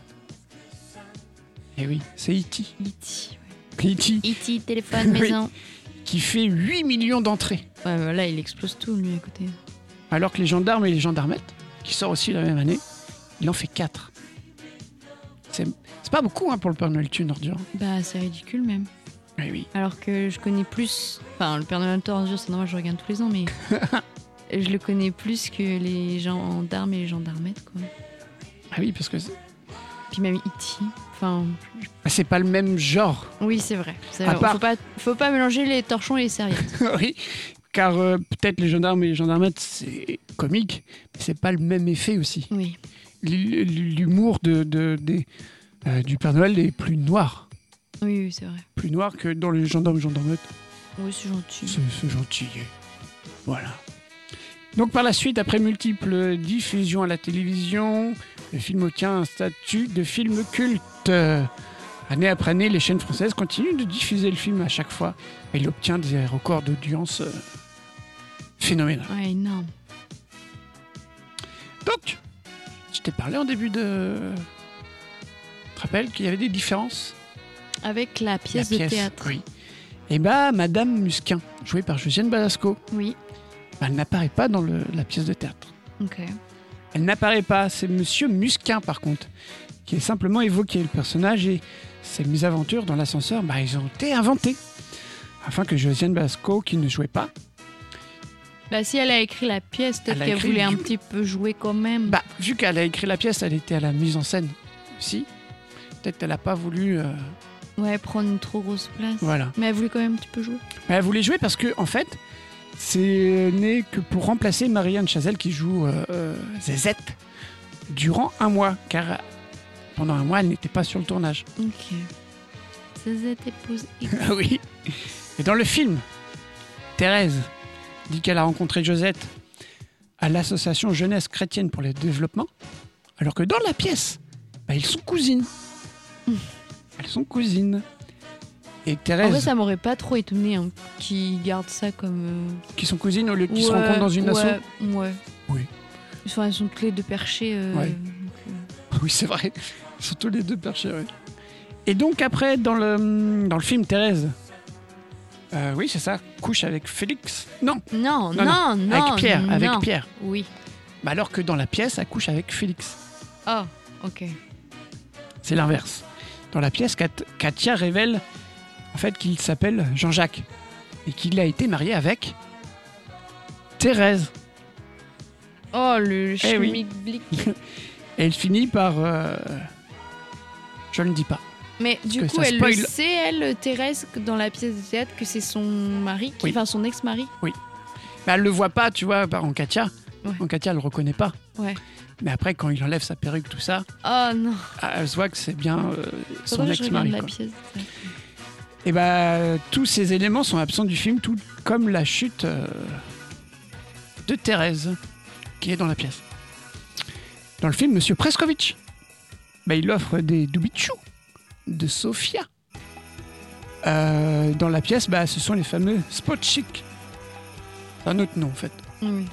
S2: Et oui, c'est E E.T.
S3: E E.T.
S2: E.T.
S3: E.T. E téléphone,
S2: Oui.
S3: maison.
S2: qui fait 8 millions d'entrées.
S3: Ouais, bah là, il explose tout, lui, à côté.
S2: Alors que les gendarmes et les gendarmettes, qui sort aussi la même année, il en fait 4. C'est c'est pas beaucoup hein, pour le Père Noël Thune ordure.
S3: Bah, c'est ridicule, même.
S2: Oui, oui.
S3: Alors que je connais plus. Enfin, le Père Noël Tour, c'est normal, je le regarde tous les ans, mais. je le connais plus que les gendarmes et les gendarmettes, quoi.
S2: Ah oui, parce que c'est
S3: Puis même E.T. Enfin,
S2: bah, c'est pas le même genre.
S3: oui, c'est vrai. C'est
S2: À
S3: vrai.
S2: part-
S3: Faut, pas, faut pas mélanger les torchons et les serviettes.
S2: oui, car euh, peut-être les gendarmes et les gendarmettes, c'est comique, mais c'est pas le même effet aussi.
S3: Oui.
S2: L- L'humour de, de- des- euh, du Père Noël est plus noir.
S3: Oui, oui, c'est vrai.
S2: Plus noir que dans les gendarmes et gendarmettes.
S3: Oui, c'est gentil.
S2: C'est c'est gentil. Voilà. Donc par la suite, après multiples diffusions à la télévision, le film obtient un statut de film culte. Euh, Année après année, les chaînes françaises continuent de diffuser le film à chaque fois. Et il obtient des records d'audience euh, phénoménaux.
S3: Ouais, Ah, énorme.
S2: Donc, je t'ai parlé en début de... Je te rappelle qu'il y avait des différences
S3: Avec la pièce
S2: La
S3: de théâtre.
S2: Oui. Et bah, Madame Musquin, jouée par Josiane Balasco,
S3: Oui.
S2: elle n'apparaît pas dans le- la pièce de théâtre.
S3: Ok.
S2: Elle n'apparaît pas, c'est Monsieur Musquin par contre, qui est simplement évoqué. Le personnage et ses mésaventures dans l'ascenseur, bah, ils ont été inventés. Afin que Josiane Basco, qui ne jouait pas,
S3: Bah, si elle a écrit la pièce, peut-être
S2: Elle a
S3: qu'elle
S2: écrit
S3: voulait
S2: du-
S3: un petit peu jouer quand même.
S2: bah, vu qu'elle a écrit la pièce, elle était à la mise en scène aussi. Peut-être qu'elle n'a pas voulu. euh,
S3: Ouais, prendre une trop grosse place.
S2: voilà.
S3: Mais elle voulait quand même un petit peu jouer.
S2: Mais elle voulait jouer parce que, en fait, c'est né que pour remplacer Marianne Chazelle qui joue euh, euh, Zezette durant un mois. Car pendant un mois, elle n'était pas sur le tournage.
S3: Ok. Zazette épouse X.
S2: Ah oui. Et dans le film, Thérèse dit qu'elle a rencontré Josette à l'association Jeunesse chrétienne pour le développement, alors que dans la pièce, bah, ils sont cousines. Elles sont cousines. Et
S3: En vrai,
S2: Thérèse,
S3: ça m'aurait pas trop étonné hein, qu'ils gardent ça comme. euh,
S2: qui sont cousines au lieu qu'ils se
S3: ouais,
S2: rencontrent dans une asso.
S3: ouais, Ouais.
S2: Oui.
S3: Ils sont, elles sont toutes les deux perchées. euh,
S2: Ouais.
S3: donc, euh,
S2: Oui, c'est vrai. Surtout les deux perchés, oui. Et donc après, dans le, dans le film, Thérèse, euh, oui, c'est ça, couche avec Félix. Non,
S3: Non,
S2: Non,
S3: non, non,
S2: avec Pierre,
S3: non.
S2: avec Pierre.
S3: Oui.
S2: Bah, alors que dans la pièce, elle couche avec Félix.
S3: Ah, ok.
S2: C'est l'inverse. Dans la pièce, Kat- Katia révèle en fait qu'il s'appelle Jean-Jacques et qu'il a été marié avec Thérèse.
S3: Oh, le
S2: Eh oui.
S3: chimique blic.
S2: Et elle finit par... euh, Je ne dis pas.
S3: Mais du
S2: que
S3: coup,
S2: ça
S3: elle
S2: spoil.
S3: le sait, elle, Thérèse, que dans la pièce de théâtre, que c'est son mari, qui-
S2: Oui.
S3: enfin son ex-mari.
S2: Mais elle le voit pas, tu vois, par- en Katia.
S3: Ouais.
S2: En Katia, elle le reconnaît pas.
S3: Ouais.
S2: Mais après, quand il enlève sa perruque, tout ça,
S3: Oh non.
S2: elle se voit que c'est bien euh, son
S3: Faudrait que je regarde
S2: ex-mari.
S3: la
S2: quoi.
S3: pièce. de théâtre.
S2: Et bah, tous ces éléments sont absents du film, tout comme la chute euh, de Thérèse. qui est dans la pièce. Dans le film, Monsieur Preskovitch, bah, il offre des doubichous de Sofia. Euh, dans la pièce, bah, ce sont les fameux spot chic. C'est un autre nom en fait.
S3: Oui.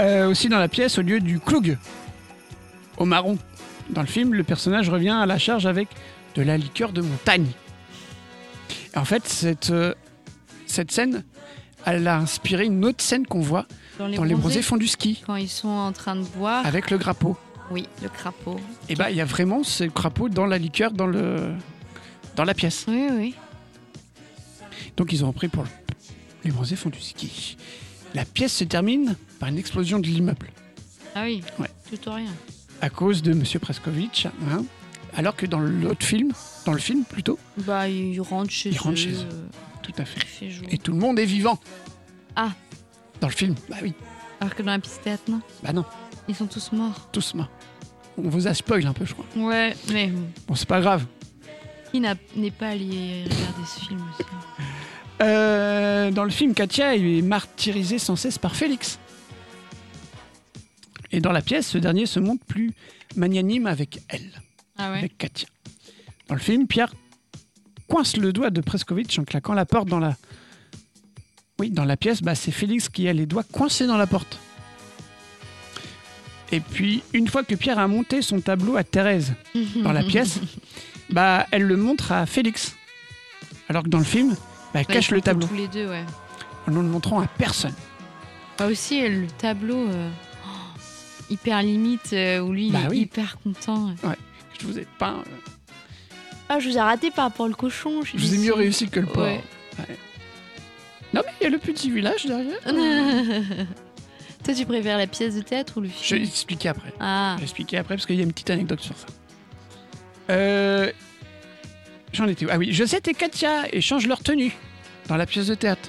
S2: Euh, aussi dans la pièce, au lieu du cloug, au marron. Dans le film, le personnage revient à la charge avec de la liqueur de montagne. Et en fait, cette, euh, cette scène, elle a inspiré une autre scène qu'on voit
S3: Dans les, Ah.
S2: dans les bronzés Ah. font du ski,
S3: Quand ils sont en train de boire,
S2: avec le grappot.
S3: oui, le crapaud.
S2: Et bah, il y a vraiment ce crapaud dans la liqueur, dans, le, dans la pièce.
S3: Oui, oui.
S2: Donc ils ont repris pour le- les bronzés font du ski. La pièce se termine par une explosion de l'immeuble
S3: Ah oui,
S2: Ouais.
S3: tout ou rien.
S2: à cause de Monsieur Preskovitch. hein. alors que dans l'autre film, dans le film plutôt,
S3: Bah, ils rentrent chez
S2: Ils
S3: eux.
S2: rentrent chez eux.
S3: euh,
S2: tout à fait.
S3: il fait jour.
S2: Et tout le monde est vivant.
S3: Ah.
S2: Dans le film, bah oui,
S3: Alors que dans la piste théâtre, non
S2: bah non,
S3: Ils sont tous morts.
S2: tous mains. On vous a spoil un peu, je crois.
S3: Ouais, mais bon,
S2: Bon, c'est pas grave.
S3: qui n'a- n'est pas allé regarder ce film aussi
S2: Euh, dans le film, Katia est martyrisée sans cesse par Félix. Et dans la pièce, ce dernier se montre plus magnanime avec elle,
S3: Ah ouais
S2: avec Katia. Dans le film, Pierre coince le doigt de Preskovitch en claquant la porte dans la... Oui, dans la pièce, bah, c'est Félix qui a les doigts coincés dans la porte. Et puis, une fois que Pierre a monté son tableau à Thérèse dans la pièce, bah, elle le montre à Félix. Alors que dans le film, bah, elle
S3: Bah,
S2: cache
S3: ils
S2: le
S3: sont
S2: tableau
S3: Tous les deux, ouais.
S2: en ne le montrant à personne.
S3: Bah aussi, euh, le tableau euh, oh, hyper limite euh, où lui, il
S2: Bah
S3: est
S2: oui.
S3: hyper content.
S2: Je vous ai euh, peint,
S3: Ah, je vous ai raté par rapport au cochon.
S2: je vous ai mieux réussi que le porc.
S3: Ouais.
S2: Ouais. Non mais il y a le petit village derrière.
S3: Toi, tu préfères la pièce de théâtre ou le
S2: Je vais
S3: film
S2: expliquer après.
S3: Ah,
S2: Je vais expliquer après parce qu'il y a une petite anecdote sur ça. Euh, J'en étais où Ah oui, Josette et Katia échangent leur tenue dans la pièce de théâtre.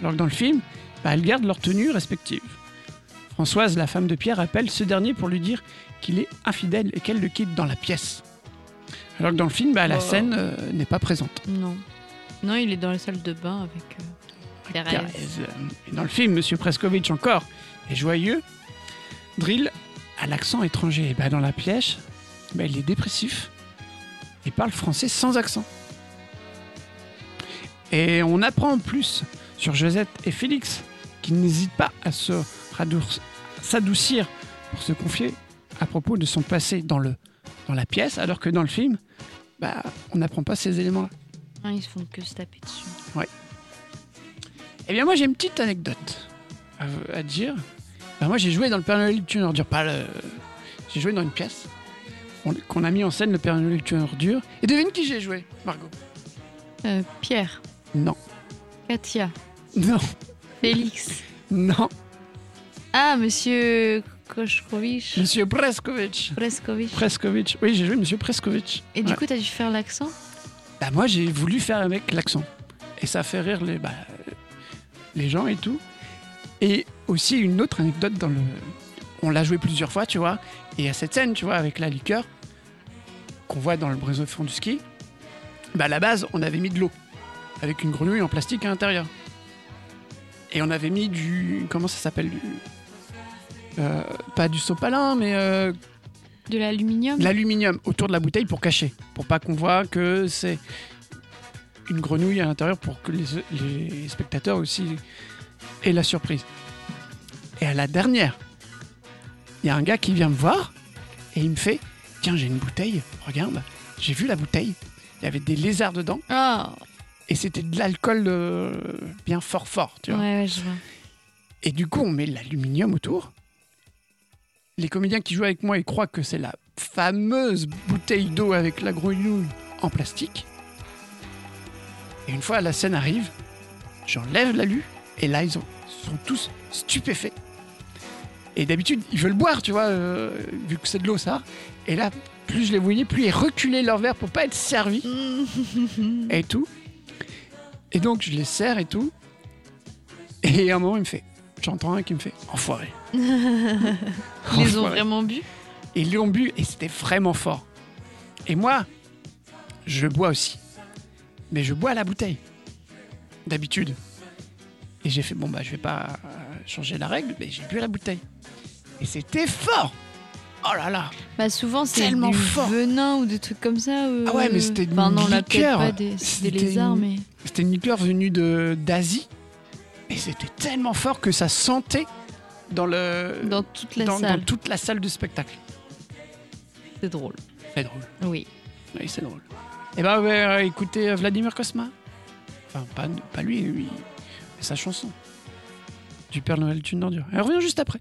S2: Alors que dans le film, bah, elles gardent leur tenue respective. Françoise, la femme de Pierre, appelle ce dernier pour lui dire qu'il est infidèle et qu'elle le quitte dans la pièce. Alors que dans le film, bah, la
S3: Wow.
S2: scène euh, n'est pas présente.
S3: non. Non, il est dans la salle de bain avec euh, Thérèse.
S2: Thérèse. Et euh, dans le film, Monsieur Preskovitch encore est joyeux. Drill a l'accent étranger. Et ben, dans la pièce, ben, il est dépressif et parle français sans accent. Et on apprend en plus sur Josette et Félix qui n'hésitent pas à se radour- s'adoucir pour se confier à propos de son passé dans, le, dans la pièce, alors que dans le film, bah, on n'apprend pas ces éléments-là.
S3: Ah, ils se font que se taper dessus.
S2: Eh bien, moi, j'ai une petite anecdote à, à te dire. Ben, moi, j'ai joué dans le Père Noël tue une ordure. Pas le... J'ai joué dans une pièce on- qu'on a mis en scène le Père Noël tue une ordure. Et devine qui j'ai joué, Margot
S3: Euh, Pierre,
S2: Non.
S3: Katia,
S2: Non.
S3: Félix.
S2: Non.
S3: Ah, monsieur Kochkovich,
S2: Monsieur Preskovitch.
S3: Preskovich.
S2: Preskovitch. Oui, j'ai joué Monsieur Preskovitch.
S3: Et du
S2: Ouais.
S3: coup, t'as dû faire l'accent
S2: Bah, moi, j'ai voulu faire avec l'accent. Et ça fait rire les, bah, les gens et tout. Et aussi, une autre anecdote dans le. On l'a joué plusieurs fois, tu vois. Et à cette scène, tu vois, avec la liqueur, qu'on voit dans le brise fond du ski, bah, à la base, on avait mis de l'eau. Avec une grenouille en plastique à l'intérieur. Et on avait mis du. Comment ça s'appelle du... euh, Pas du sopalin, mais euh,
S3: De l'aluminium
S2: de l'aluminium autour de la bouteille pour cacher, pour pas qu'on voit que c'est une grenouille à l'intérieur pour que les, les spectateurs aussi aient la surprise. Et à la dernière, il y a un gars qui vient me voir et il me fait Tiens, j'ai une bouteille, regarde, j'ai vu la bouteille, il y avait des lézards dedans
S3: Ah,
S2: et c'était de l'alcool euh, bien fort, fort, tu
S3: ouais,
S2: vois.
S3: ouais, je vois.
S2: Et du coup, on met l'aluminium autour. Les comédiens qui jouent avec moi, ils croient que c'est la fameuse bouteille d'eau avec la grenouille en plastique. Et une fois la scène arrive, j'enlève l'alu et là, ils ont- sont tous stupéfaits. Et d'habitude, ils veulent boire, tu vois, euh, vu que c'est de l'eau, ça. Et là, plus je les voyais, plus ils reculaient leur verre pour pas être servis et tout. Et donc je les serre et tout. Et à un moment il me fait, j'entends un qui me fait, enfoiré.
S3: Ils les ont
S2: Enfoiré.
S3: vraiment bu
S2: Et ils l'ont bu et c'était vraiment fort. Et moi, je bois aussi. Mais je bois à la bouteille. D'habitude. Et j'ai fait, bon bah je vais pas, changé la règle, mais j'ai bu la bouteille. Et c'était fort Oh là là
S3: Bah souvent c'est
S2: Tellement
S3: du
S2: fort.
S3: venin ou des trucs comme ça. euh,
S2: Ah ouais, mais c'était
S3: enfin,
S2: une
S3: non, là, peut-être
S2: liqueur.
S3: pas des, c'était des
S2: C'était
S3: lézards,
S2: une-
S3: mais
S2: C'était une liqueur venue de d'Asie, mais c'était tellement fort que ça sentait dans le
S3: dans toute la
S2: dans- dans
S3: salle.
S2: toute la salle de spectacle.
S3: C'est drôle.
S2: C'est drôle.
S3: Oui.
S2: Oui, c'est drôle. Eh ben, ouais, euh, écoutez euh, Vladimir Kosma. Enfin, pas, pas lui, lui, mais sa chanson. Du Père Noël d'une ordure. Et on revient juste après.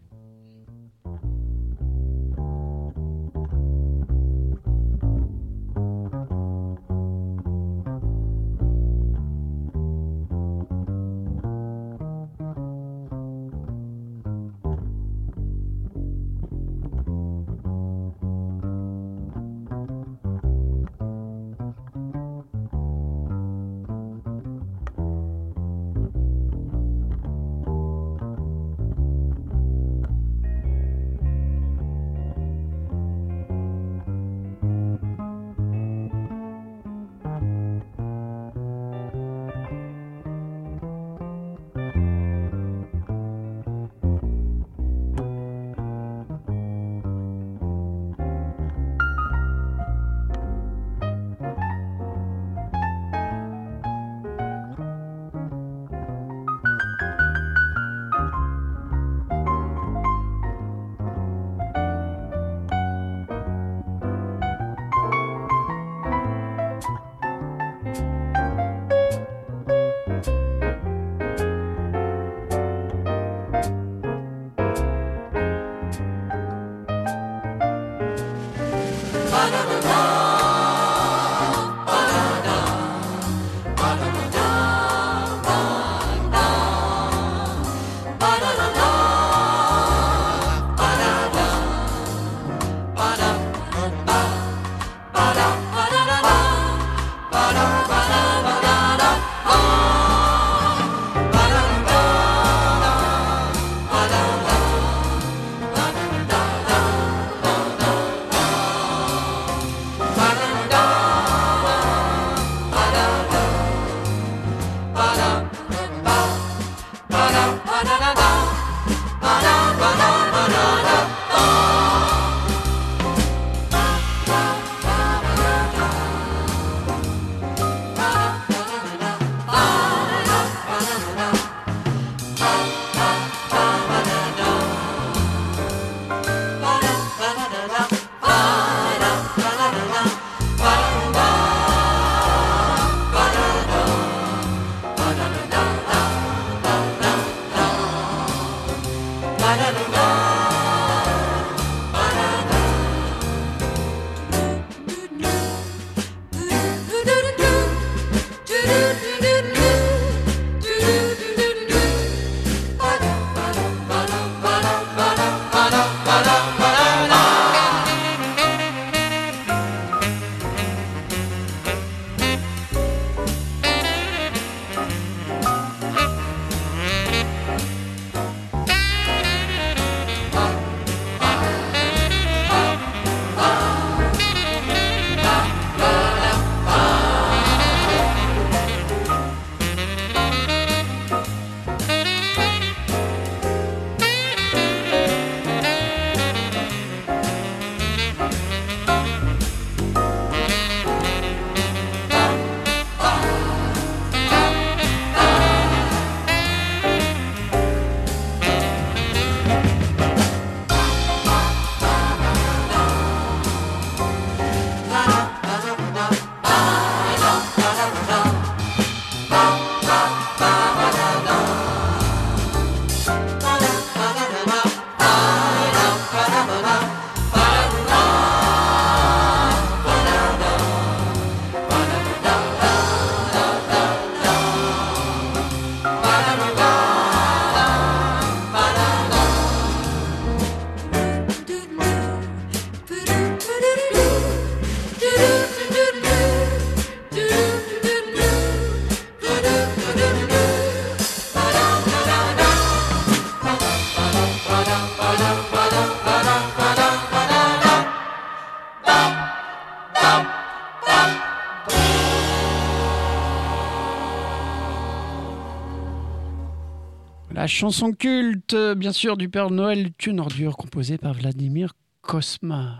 S2: La chanson culte, euh, bien sûr, du Père Noël, tu es une ordure, composée par Vladimir Kosma.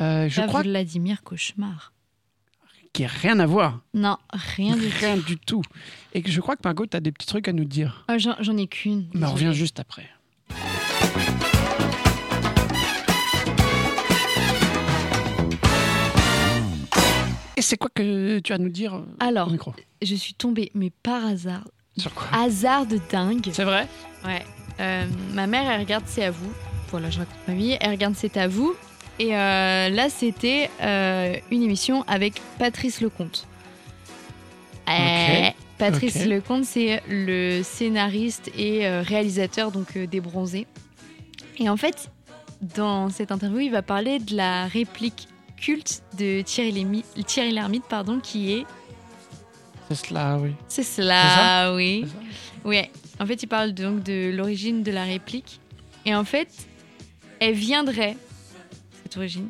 S2: Euh, je
S3: Pas
S2: crois
S3: Vladimir Cauchemar.
S2: qu'il n'y a rien à voir.
S3: Non, rien du tout.
S2: Rien du tout. Et que je crois que Margot, tu as des petits trucs à nous dire.
S3: Ah, J'en j'en ai qu'une.
S2: Mais on revient juste après. Et c'est quoi que tu as à nous dire euh, au
S3: Alors, Ah.
S2: micro
S3: je suis tombée, mais par hasard.
S2: Sur quoi
S3: Hasard de dingue.
S2: C'est vrai
S3: Ouais. Euh, ma mère, elle regarde C'est à vous. Voilà, je raconte ma vie. Elle regarde C'est à vous. Et euh, là, c'était euh, une émission avec Patrice Lecomte. Euh, Patrice
S2: ok.
S3: Lecomte, c'est le scénariste et euh, réalisateur donc euh, des Bronzés. Et en fait, dans cette interview, il va parler de la réplique culte de Thierry, Lhermi- Thierry Lhermitte, pardon, qui est
S2: C'est cela, oui.
S3: c'est
S2: C'est
S3: cela, oui.
S2: C'est ça
S3: Oui, en fait, il parle donc de l'origine de la réplique. Et en fait, elle viendrait, cette origine,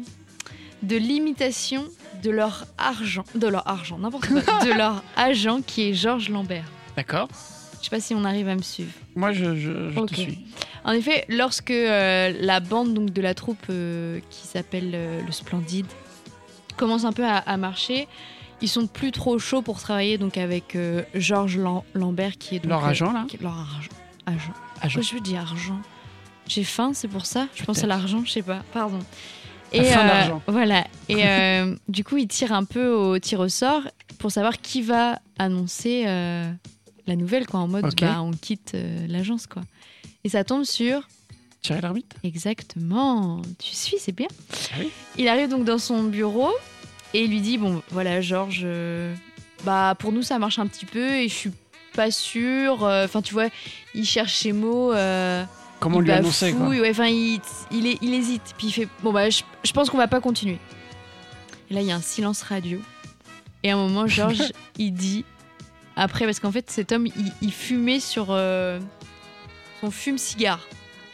S3: de l'imitation de leur argent, de leur argent, n'importe quoi, de leur agent qui est Georges Lambert.
S2: D'accord.
S3: Je sais pas si on arrive à me suivre.
S2: Moi, je, je, je
S3: Ok.
S2: te suis.
S3: En effet, lorsque euh, la bande donc, de la troupe euh, qui s'appelle euh, le Splendide commence un peu à, à marcher, ils sont plus trop chauds pour travailler donc avec euh, Georges Lam- Lambert qui est donc,
S2: Leur
S3: euh,
S2: agent, là
S3: qui est leur argent. agent.
S2: Agent.
S3: Pourquoi je veux dire argent J'ai faim, c'est pour ça. Je pense à
S2: Peut-être.
S3: l'argent, je sais pas. Pardon. euh,
S2: La faim d'argent.
S3: voilà. Et euh, du coup, ils tirent un peu au tir au sort pour savoir qui va annoncer euh, la nouvelle, quoi. En mode,
S2: Ok.
S3: bah, on quitte euh, l'agence, quoi. Et ça tombe sur
S2: Thierry l'arbitre
S3: exactement. Tu suis, c'est bien.
S2: Ah oui.
S3: Il arrive donc dans son bureau et il lui dit bon, voilà, Georges, euh, bah pour nous ça marche un petit peu et je suis pas sûr. euh, Enfin, tu vois, il cherche ses mots. euh,
S2: Comment
S3: il
S2: lui annoncer, quoi
S3: bafouille, ouais, enfin, il, il, est- il hésite. Puis il fait Bon, bah, je, je pense qu'on va pas continuer. Et là, il y a un silence radio. Et à un moment, Georges, il dit Après, parce qu'en fait, cet homme, il, il fumait sur euh, son fume-cigare.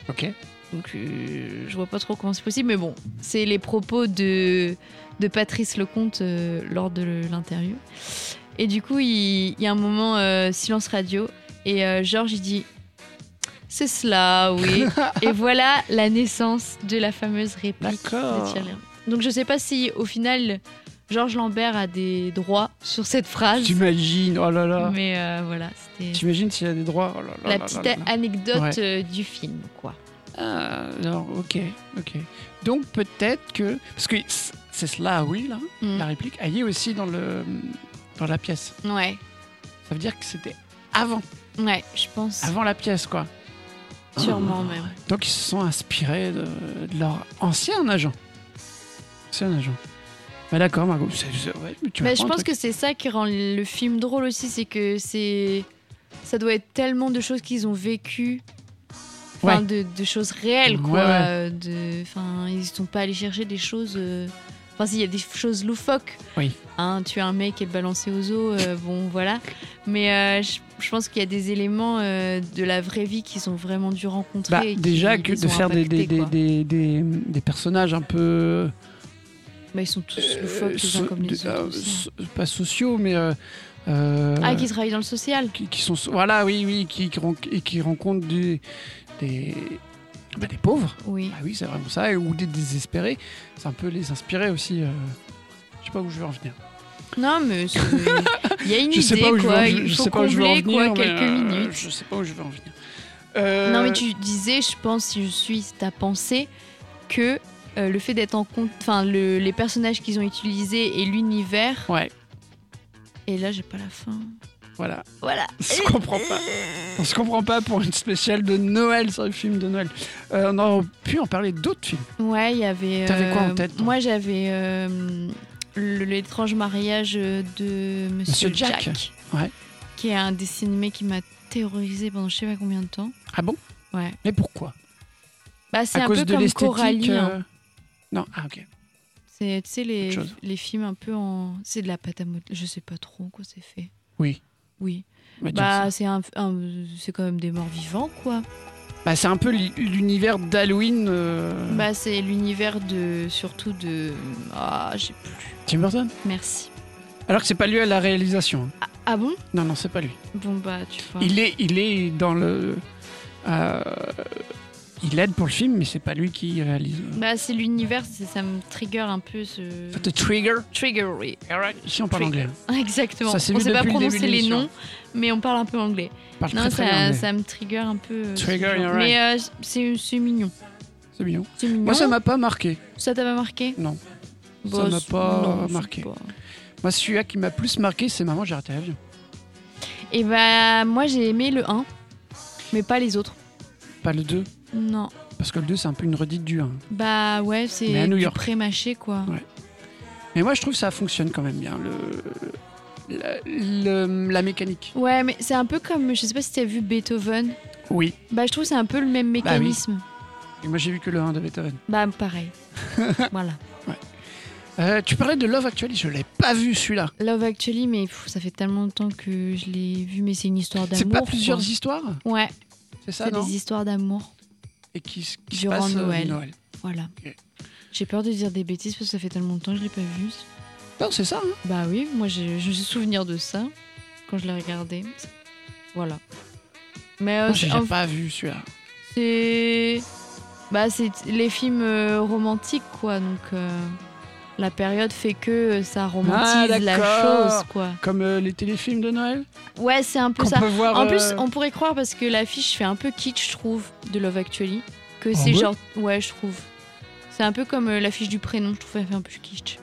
S2: Ok.
S3: Donc, euh, je vois pas trop comment c'est possible. Mais bon, c'est les propos de, de Patrice Lecomte euh, lors de l'interview. Et du coup, il, il y a un moment euh, silence radio. Et euh, Georges, il dit C'est cela, oui. et voilà la naissance de la fameuse réplique
S2: D'accord.
S3: de Thierry Lhermitte. Donc, je sais pas si au final, Georges Lambert a des droits sur cette phrase.
S2: T'imagines, oh là là.
S3: Ah, Mais euh, voilà, c'était
S2: T'imagines s'il a des droits oh là là
S3: la
S2: là là
S3: petite
S2: là.
S3: anecdote
S2: Ouais.
S3: euh, du film, quoi. Euh,
S2: Ah, alors, ok, ok. Donc peut-être que... Parce que c- c'est cela, oui, là,
S3: Mm.
S2: la réplique. Elle y est aussi dans, le, dans la pièce.
S3: Ouais,
S2: Ça veut dire que c'était avant,
S3: ouais, je pense.
S2: avant la pièce, quoi. Ah,
S3: Sûrement même.
S2: Donc ils se sont inspirés de, de leur ancien agent. Ancien agent. Bah d'accord, Margot. c'est- c'est- ouais, mais tu
S3: Mais je
S2: m'apprends un
S3: pense
S2: truc.
S3: que c'est ça qui rend le film drôle aussi, c'est que c'est ça doit être tellement de choses qu'ils ont vécues, enfin
S2: Ouais.
S3: de, de choses réelles quoi.
S2: Ouais, ouais.
S3: euh, De, enfin ils sont pas allés chercher des choses. euh, Enfin s'il y a des choses loufoques.
S2: Oui.
S3: Hein, tu as un mec et le balancer aux eaux, euh, bon voilà. Mais euh, je, je pense qu'il y a des éléments euh, de la vraie vie qu'ils ont vraiment dû rencontrer.
S2: Bah,
S3: et qui
S2: déjà
S3: les
S2: que de
S3: ont
S2: faire des, des,
S3: impactés,
S2: des,
S3: quoi.
S2: des, des- des personnages un peu...
S3: Bah, ils sont tous
S2: euh,
S3: loufoques les uns
S2: so-
S3: comme les
S2: de- euh,
S3: autres. aussi.
S2: so- pas sociaux, mais... euh, euh,
S3: Ah qui travaillent dans le social.
S2: qui, qui sont voilà oui oui qui qui, ren- et qui rencontrent des des, bah, des pauvres
S3: Oui.
S2: ah oui c'est vraiment ça et- ou des désespérés c'est un peu les inspirer aussi euh, je sais pas où je veux en venir
S3: Non, mais c'est- il y a une
S2: je
S3: idée,
S2: sais pas où je veux en,
S3: quoi.
S2: je
S3: Il faut
S2: sais pas où je veux en
S3: combler,
S2: venir
S3: quoi,
S2: mais,
S3: quelques
S2: euh,
S3: minutes.
S2: je sais pas où je veux en venir Euh,
S3: Non, mais tu disais, je pense, si je suis ta pensée, que euh, le fait d'être en compte. Enfin, le- les personnages qu'ils ont utilisés et l'univers.
S2: ouais
S3: Et là, j'ai pas la fin.
S2: voilà
S3: Voilà.
S2: on se comprend pas on se comprend pas pour une spéciale de Noël sur le film de Noël Euh, on aurait pu en parler d'autres films
S3: Ouais, il y avait.
S2: T'avais quoi en
S3: euh,
S2: tête, toi
S3: Moi, j'avais. euh, le- L'étrange mariage de Monsieur,
S2: Monsieur Jack. Ouais.
S3: Qui est un dessin animé qui m'a terrorisé pendant je sais pas combien de temps.
S2: ah bon
S3: Ouais.
S2: mais pourquoi
S3: Bah, c'est
S2: à
S3: un
S2: cause
S3: peu
S2: de
S3: comme
S2: l'esthétique
S3: Coralie. hein.
S2: euh, non ah ok
S3: C'est, tu sais, les,
S2: Autre chose.
S3: les films un peu en. C'est de la pâte à modeler. Je sais pas trop en quoi c'est fait.
S2: Oui.
S3: Oui.
S2: On va dire ça.
S3: Bah, c'est, un, un- c'est quand même des morts vivants, quoi.
S2: Bah, c'est un peu li- l'univers d'Halloween. euh,
S3: Bah, c'est l'univers de. Surtout de. Ah, j'ai plus.
S2: Tim Burton
S3: Merci.
S2: Alors que c'est pas lui à la réalisation. hein.
S3: Ah bon
S2: Non, non, c'est pas lui.
S3: Bon, bah, tu vois.
S2: Il est, il est dans le, Euh, il aide pour le film, mais c'est pas lui qui réalise.
S3: Bah, c'est l'univers, c'est- ça me trigger un peu ce.
S2: The Trigger.
S3: Trigger, oui.
S2: Si on parle
S3: Trigger.
S2: anglais. hein.
S3: Exactement.
S2: Ça s'est
S3: on
S2: vu
S3: sait pas
S2: depuis le début de
S3: prononcer les
S2: l'émission.
S3: noms, mais on parle un peu anglais.
S2: Parle
S3: non,
S2: très, très
S3: ça,
S2: bien anglais.
S3: ça me trigger un peu. euh,
S2: Trigger,
S3: ce genre.
S2: you're right.
S3: Mais euh, c'est c'est mignon.
S2: C'est mignon.
S3: C'est mignon.
S2: Moi, ça m'a pas marqué.
S3: Ça t'a pas marqué
S2: Non.
S3: Bah,
S2: ça m'a
S3: c'est-
S2: pas
S3: non, c'est
S2: marqué.
S3: pas-
S2: Moi, celui-là qui m'a plus marqué, c'est Maman, j'ai raté l'avion.
S3: Et bah, moi j'ai aimé le 1, mais pas les autres.
S2: Pas le 2.
S3: Non.
S2: Parce que le 2, c'est un peu une redite du 1.
S3: Bah, ouais,
S2: Mais à
S3: c'est
S2: New
S3: du
S2: York.
S3: pré-mâché quoi.
S2: Ouais. Mais moi, je trouve que ça fonctionne quand même bien. Le... La, le- la mécanique.
S3: Ouais, mais c'est un peu comme, je sais pas si t'as vu Beethoven.
S2: Oui.
S3: Bah, je trouve que c'est un peu le même
S2: Bah oui.
S3: mécanisme.
S2: Et moi, j'ai vu que le 1 de Beethoven.
S3: Bah, pareil. voilà.
S2: Euh, tu parlais de Love Actually, je l'ai pas vu celui-là.
S3: Love Actually, mais pff, ça fait tellement longtemps que je l'ai vu, mais c'est une histoire d'amour.
S2: C'est pas
S3: quoi.
S2: plusieurs histoires
S3: Ouais,
S2: C'est ça,
S3: c'est
S2: non
S3: des histoires d'amour
S2: Et qui, s- qui se
S3: durant
S2: passent euh,
S3: Noël.
S2: Noël.
S3: Voilà.
S2: Ok.
S3: J'ai peur de dire des bêtises parce que ça fait tellement longtemps que je l'ai pas vu.
S2: Non, c'est ça. hein.
S3: Bah oui, moi j'ai j'ai souvenir de ça quand je l'ai regardé. Voilà. Mais euh,
S2: Moi, j'ai
S3: c'est-
S2: j'ai
S3: en-
S2: pas vu celui-là.
S3: c'est bah c'est les films euh, romantiques quoi, donc euh, la période fait que euh, ça romantise la
S2: Ah, d'accord.
S3: chose quoi.
S2: Comme euh, les téléfilms de Noël
S3: Ouais, c'est un peu
S2: qu'on
S3: ça.
S2: peut voir.
S3: En plus,
S2: euh,
S3: on pourrait croire parce que l'affiche fait un peu kitsch, je trouve, de Love Actually, que
S2: Ah ouais
S3: c'est genre ouais, je trouve. C'est un peu comme euh, l'affiche du prénom, je trouve qu'elle fait un peu kitsch.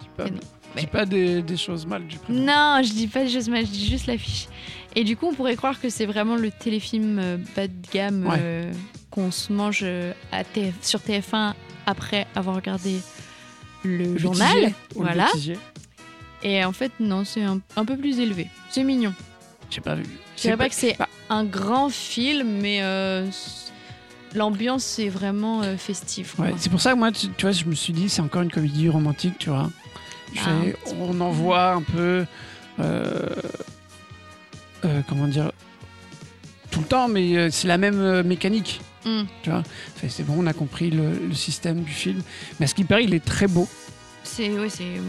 S2: dis pas,
S3: Mais-
S2: dis pas des, des choses mal du prénom.
S3: Non, je dis pas des choses mal, je dis juste l'affiche. Et du coup, on pourrait croire que c'est vraiment le téléfilm euh, bas de gamme
S2: Ouais.
S3: euh, qu'on se mange euh, à TF sur TF1 après avoir regardé le,
S2: Le
S3: journal.
S2: bêtisier, ou le
S3: Voilà.
S2: bêtisier.
S3: Et en fait, non, c'est un, un peu plus élevé. C'est mignon.
S2: J'ai pas Bah, vu.
S3: Je dirais pas que c'est un grand film, mais euh, c- l'ambiance c'est vraiment euh, festif. quoi.
S2: Ouais, c'est pour ça que moi, tu, tu vois, je me suis dit, c'est encore une comédie romantique, tu vois. Je
S3: Ah,
S2: fais,
S3: un petit
S2: on en voit un peu, euh, euh, comment dire, tout le temps, mais euh, c'est la même euh, mécanique.
S3: Mm.
S2: Fait, c'est bon, on a compris le, le système du film. Mais à ce qui paraît, il est très beau,
S3: C'est ouais, c'est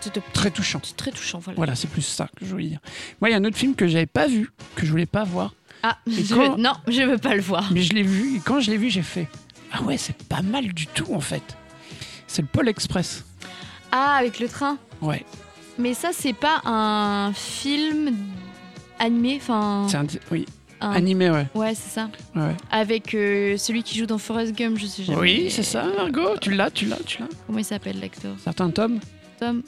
S3: c'est top.
S2: très touchant.
S3: C'est très touchant. Voilà.
S2: Voilà, c'est plus ça que je voulais dire. Moi, il y a un autre film que j'avais pas vu, que je voulais pas voir,
S3: Ah,
S2: Et
S3: je-
S2: quand-
S3: non, je veux pas le voir.
S2: mais je l'ai vu, et quand je l'ai vu, j'ai fait Ah ouais, c'est pas mal du tout, en fait. C'est le Pôle Express.
S3: Ah, avec le train.
S2: Ouais,
S3: Mais ça, c'est pas un film animé, enfin.
S2: c'est un. Oui,
S3: un-
S2: animé, ouais.
S3: Ouais, c'est ça.
S2: ouais, ouais.
S3: Avec euh, celui qui joue dans Forrest Gump, je sais jamais.
S2: Oui, c'est ça, Margot. Tu l'as, tu l'as, tu l'as.
S3: Comment il s'appelle l'acteur
S2: Certains tomes.
S3: Tom.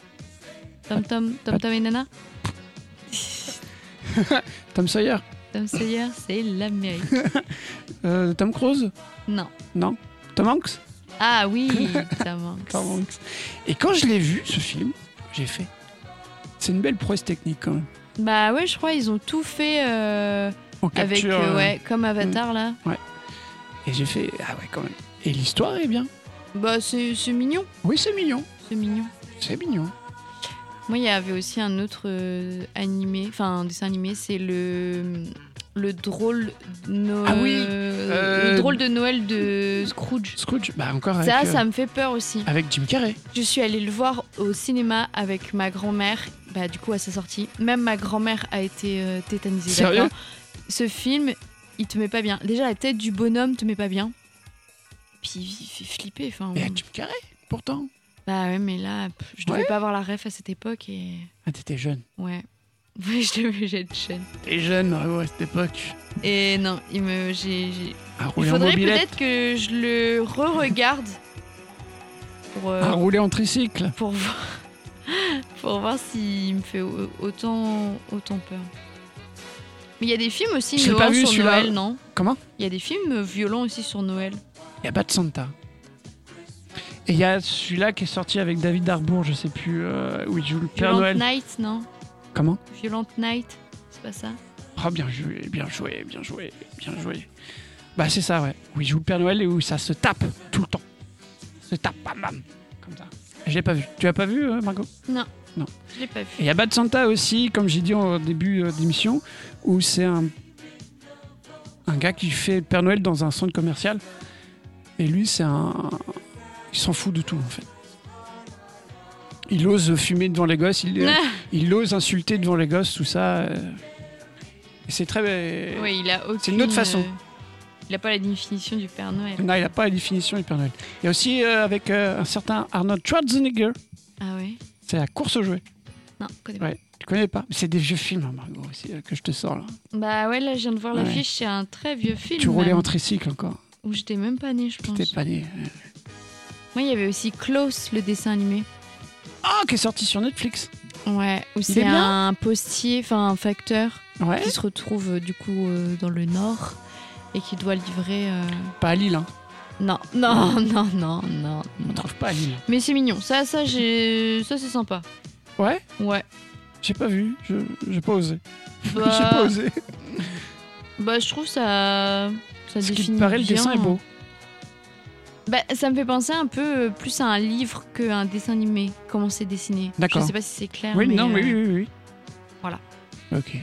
S3: Tom Tom Tom Tom et Nana.
S2: Tom Sawyer.
S3: Tom Sawyer, c'est l'Amérique.
S2: Euh, Tom Cruise.
S3: Non.
S2: Non. Tom Hanks.
S3: Ah oui, ça manque.
S2: Tom Hanks. Et quand je l'ai vu, ce film, j'ai fait. C'est une belle prouesse technique, quand même.
S3: Bah ouais, je crois ils ont tout fait euh,
S2: On
S3: avec
S2: capture,
S3: euh,
S2: euh,
S3: ouais, comme Avatar là.
S2: Et j'ai fait. Ah ouais, quand même. Et l'histoire est bien.
S3: Bah c'est c'est mignon,
S2: Oui, c'est mignon.
S3: c'est mignon.
S2: C'est mignon.
S3: Moi, il y avait aussi un autre euh, animé, enfin un dessin animé, c'est le le drôle de Noël,
S2: Ah oui,
S3: le
S2: euh,
S3: drôle de Noël de Scrooge.
S2: Scrooge, bah encore avec.
S3: ça,
S2: euh,
S3: ça me fait peur aussi.
S2: Avec Jim Carrey.
S3: Je suis allée le voir au cinéma avec ma grand-mère, bah du coup à sa sortie. Même ma grand-mère a été euh, tétanisée.
S2: Sérieux
S3: d'accord Ce film, il te met pas bien. Déjà la tête du bonhomme te met pas bien. Puis il fait flipper. Enfin,
S2: Mais à Jim Carrey, pourtant.
S3: bah ouais, mais là, pff, je devais
S2: Ouais.
S3: pas avoir la ref à cette époque et
S2: Ah, t'étais jeune.
S3: ouais. Ouais, je devais j'étais jeune.
S2: T'étais jeune, Margot, à cette époque.
S3: Et non, il me, j'ai, j'ai-
S2: À
S3: il
S2: rouler en
S3: faudrait
S2: mobilette.
S3: peut-être que je le re-regarde pour, euh,
S2: À rouler en tricycle.
S3: pour voir, pour voir s'il me fait au- autant, autant peur. Mais il y a des films aussi
S2: Je l'ai pas
S3: violents
S2: vu,
S3: sur
S2: celui-là.
S3: Noël, non
S2: Comment
S3: Il y a des films violents aussi sur Noël.
S2: Il y a Bad Santa. Et il y a celui-là qui est sorti avec David Darbour, je sais plus, euh, où il joue le Père
S3: Violent
S2: Noël.
S3: Night, non
S2: Comment
S3: Violent Night, c'est pas ça
S2: Ah, bien joué, bien joué, bien joué, bien joué. Bah, c'est ça, ouais. Où il joue le Père Noël et où ça se tape tout le temps. Se tape, bam, bam, comme ça. Je l'ai pas vu. Tu l'as pas vu, euh, Margot
S3: Je l'ai pas vu.
S2: Et il y a Bad Santa aussi, comme j'ai dit au début euh, d'émission, où c'est un, un gars qui fait le Père Noël dans un centre commercial. Et lui, c'est un. Il s'en fout de tout, en fait. Il ose fumer devant les gosses, il, euh, il ose insulter devant les gosses, tout ça. euh, Et c'est très.
S3: Oui, il a
S2: C'est une autre
S3: aucune,
S2: façon.
S3: euh, il n'a pas la définition du Père Noël.
S2: Non, il n'a pas la définition du Père Noël. Il y a aussi euh, avec euh, un certain Arnold Schwarzenegger.
S3: Ah ouais
S2: C'est la course au jouet.
S3: Non, je connais pas.
S2: Ouais, tu connais pas. Mais C'est des vieux films, hein, Margot, aussi, euh, que je te sors là.
S3: Bah ouais, là, je viens de voir
S2: Ouais.
S3: l'affiche, c'est un très vieux film.
S2: tu roulais
S3: même,
S2: en tricycle encore.
S3: Où j'étais même pas née, je pense.
S2: T'es pas né.
S3: Moi, il y avait aussi Klaus, le dessin animé.
S2: Ah, qui est sorti sur Netflix.
S3: Ouais, où
S2: est
S3: c'est
S2: bien
S3: un postier, enfin un facteur,
S2: Ouais.
S3: qui se retrouve euh, du coup euh, dans le nord et qui doit livrer. euh,
S2: Pas à Lille, hein.
S3: Non, non, non, non, non,
S2: On
S3: non.
S2: trouve pas à Lille.
S3: Mais c'est mignon. Ça, ça, j'ai, ça, c'est sympa.
S2: Ouais
S3: Ouais.
S2: J'ai pas vu. Je- J'ai pas osé.
S3: Bah,
S2: J'ai pas osé.
S3: Bah, je trouve ça, ça
S2: Ce qui
S3: définit
S2: te paraît, le
S3: bien.
S2: dessin est beau.
S3: Bah, ça me fait penser un peu euh, plus à un livre qu'un dessin animé. Comment c'est dessiné.
S2: D'accord.
S3: Je sais pas si c'est clair.
S2: Oui,
S3: mais,
S2: non, mais
S3: euh,
S2: oui, oui, oui.
S3: voilà.
S2: Ok.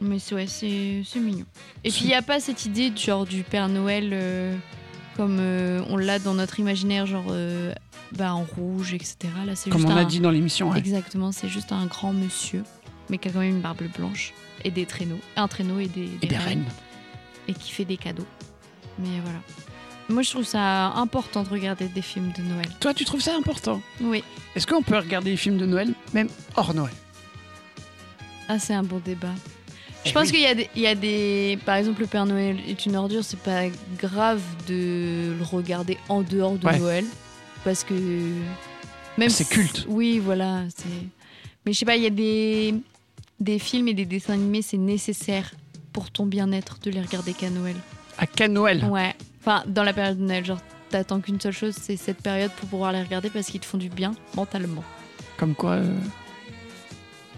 S3: Mais c'est ouais, c'est c'est mignon. Et
S2: C'est-
S3: puis il n'y a pas cette idée de, genre du Père Noël euh, comme euh, on l'a dans notre imaginaire, genre euh, bah, en rouge, etc. Là, c'est
S2: Comme
S3: juste
S2: on a
S3: un-
S2: dit dans l'émission, ouais.
S3: Exactement, c'est juste un grand monsieur, mais qui a quand même une barbe blanche et des traîneaux, un traîneau et des,
S2: Et des reines.
S3: et qui fait des cadeaux. Mais voilà. Moi, je trouve ça important de regarder des films de Noël.
S2: Toi, tu trouves ça important
S3: Oui.
S2: Est-ce qu'on peut regarder les films de Noël, même hors Noël
S3: Ah, c'est un bon débat. Je
S2: Eh
S3: pense
S2: oui.
S3: qu'il y, a des- il y a des. Par exemple, le Père Noël est une ordure, c'est pas grave de le regarder en dehors de
S2: Ouais.
S3: Noël. Parce que. Même
S2: C'est
S3: si-
S2: culte.
S3: Oui, voilà. c'est- Mais je sais pas, il y a des, des films et des dessins animés, c'est nécessaire pour ton bien-être de les regarder qu'à Noël.
S2: À qu'à Noël
S3: Ouais. Enfin, dans la période de Noël, genre, t'attends qu'une seule chose, c'est cette période pour pouvoir les regarder parce qu'ils te font du bien mentalement.
S2: Comme quoi euh,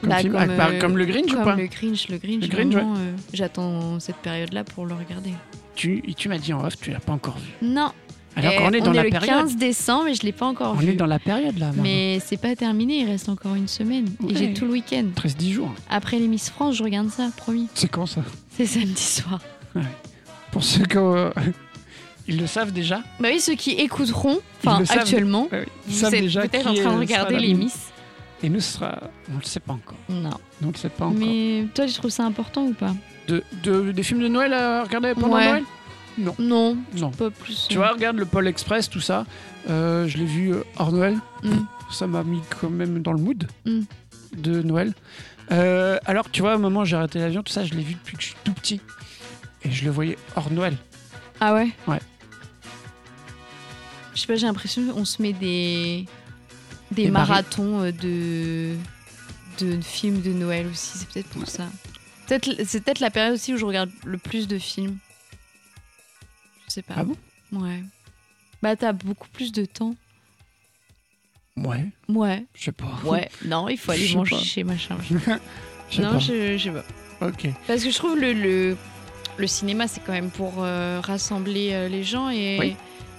S2: comme,
S3: Bah,
S2: film- ah, bah,
S3: euh,
S2: comme le Grinch ou
S3: comme
S2: pas
S3: le Grinch, le Grinch.
S2: Le Grinch,
S3: vraiment, euh, J'attends cette période-là pour le regarder.
S2: Tu, tu m'as dit en off, tu l'as pas encore vu.
S3: Non.
S2: Alors
S3: Eh,
S2: qu'on est dans la
S3: le
S2: période.
S3: 15 décembre, mais je l'ai pas encore
S2: On
S3: vu.
S2: est dans la période là. Margot.
S3: Mais c'est pas terminé, il reste encore une semaine.
S2: Ouais.
S3: Et j'ai tout le week-end.
S2: 13-10 jours.
S3: Après les Miss France, je regarde ça, promis.
S2: C'est quand ça
S3: C'est samedi soir.
S2: Pour ceux qui euh, ils le savent déjà.
S3: Bah oui, ceux qui écouteront, enfin
S2: le savent.
S3: actuellement,
S2: Ouais, oui. Ils
S3: vous
S2: savent
S3: êtes
S2: déjà
S3: peut-être
S2: qui
S3: en
S2: est-
S3: train de
S2: sera
S3: regarder
S2: la
S3: les
S2: Miss.
S3: Miss.
S2: Et nous, ce sera. On le sait pas encore.
S3: Non.
S2: Nous, on le sait pas encore.
S3: Mais toi, tu trouves ça important ou pas
S2: De, de- des films de Noël à regarder pendant
S3: Ouais.
S2: Noël
S3: Non,
S2: Non.
S3: pas plus.
S2: Tu vois, regarde le Pôle Express, tout ça. Euh, je l'ai vu euh, hors Noël.
S3: Mm.
S2: Ça m'a mis quand même dans le mood
S3: Mm.
S2: de Noël. Euh, alors, tu vois, au moment où j'ai arrêté l'avion, tout ça, je l'ai vu depuis que je suis tout petit. Et je le voyais hors Noël.
S3: Ah ouais
S2: Ouais.
S3: Je sais pas, j'ai l'impression qu'on se met des, des,
S2: Des mari-
S3: marathons euh, de, de films de Noël aussi, c'est peut-être pour ça. Peut-être, c'est peut-être la période aussi où je regarde le plus de films. Je sais pas.
S2: Ah bon
S3: Ouais. Bah t'as beaucoup plus de temps.
S2: Ouais,
S3: Ouais.
S2: je sais pas.
S3: Ouais. Non, il faut aller
S2: Je sais
S3: manger
S2: pas.
S3: chez machin.
S2: Je sais
S3: non,
S2: pas.
S3: je, je sais pas.
S2: Ok.
S3: Parce que je trouve le, le, le cinéma, c'est quand même pour euh, rassembler euh, les gens. Et
S2: Oui.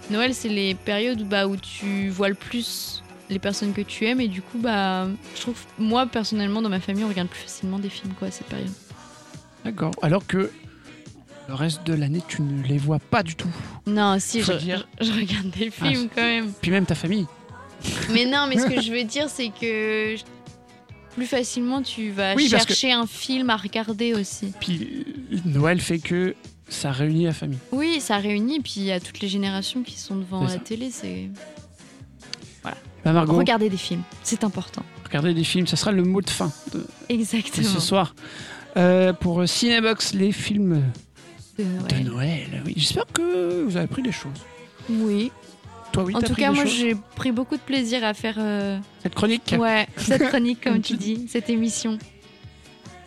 S3: Noël, c'est les périodes bah, où tu vois le plus les personnes que tu aimes. Et du coup, bah, je trouve, moi, personnellement, dans ma famille, on regarde plus facilement des films quoi, à cette période.
S2: D'accord. Alors que le reste de l'année, tu ne les vois pas du tout.
S3: Non, si,
S2: Faut
S3: je,
S2: dire-
S3: je- je regarde des
S2: Ah,
S3: films quand même.
S2: Puis même ta famille.
S3: Mais non, mais ce que je veux dire, c'est que je- plus facilement, tu vas
S2: Oui, parce que-
S3: chercher un film à regarder aussi.
S2: Puis euh, Noël fait que ça réunit la famille.
S3: Oui, ça réunit. Puis il y a toutes les générations qui sont devant
S2: C'est ça.
S3: la télé. C'est
S2: Bah Margot,
S3: Regarder des films, c'est important.
S2: regardez des films, ça sera le mot de fin de, de
S3: Exactement.
S2: ce soir. Euh, pour Cinebox, les films
S3: De Noël.
S2: de Noël. Oui, j'espère que vous avez pris des choses.
S3: Oui.
S2: Toi, oui,
S3: en
S2: t'as
S3: tout
S2: pris
S3: cas,
S2: des
S3: moi,
S2: choses.
S3: j'ai pris beaucoup de plaisir à faire euh,
S2: Cette chronique
S3: ouais, cette chronique, comme
S2: Comme
S3: tu
S2: tu
S3: dis, cette émission.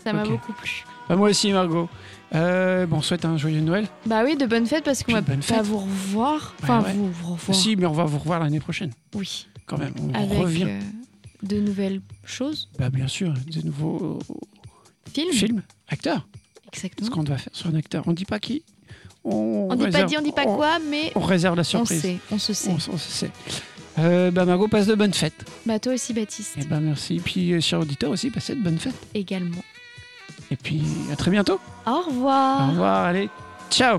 S3: Ça m'a
S2: Ok.
S3: beaucoup plu.
S2: Bah, Moi aussi, Margot. Euh, bon, on souhaite un joyeux Noël.
S3: Bah oui, de bonnes fêtes parce qu'on
S2: Puis
S3: va
S2: de bonnes
S3: pas
S2: fêtes.
S3: vous revoir. Enfin,
S2: ouais.
S3: vous revoir.
S2: Si, mais on va vous revoir l'année prochaine,
S3: Oui.
S2: quand même. On
S3: Avec
S2: revient.
S3: euh, de nouvelles choses.
S2: Bah, bien sûr, des nouveaux
S3: Films.
S2: films, acteurs. ce
S3: Exactement.
S2: qu'on doit faire sur un acteur. On dit pas qui. On,
S3: Hmm. On dit pas
S2: réserve-
S3: dit, on dit pas quoi, mais
S2: On réserve la
S3: on
S2: surprise.
S3: sait, on se sait.
S2: On s- on se sait. Euh, bah Margot, passe de bonnes fêtes.
S3: Bah toi aussi, Baptiste,
S2: Et ben merci. Puis, euh, chers auditeurs aussi, passez de bonnes fêtes.
S3: également.
S2: Et puis, à très bientôt.
S3: Au revoir.
S2: Au revoir, allez. Ciao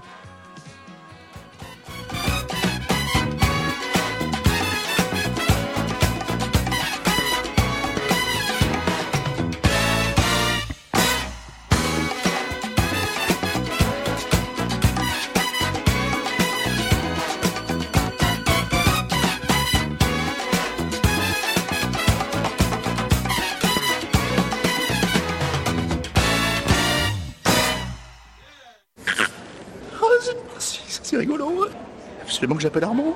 S11: Justement que j'appelle Armand.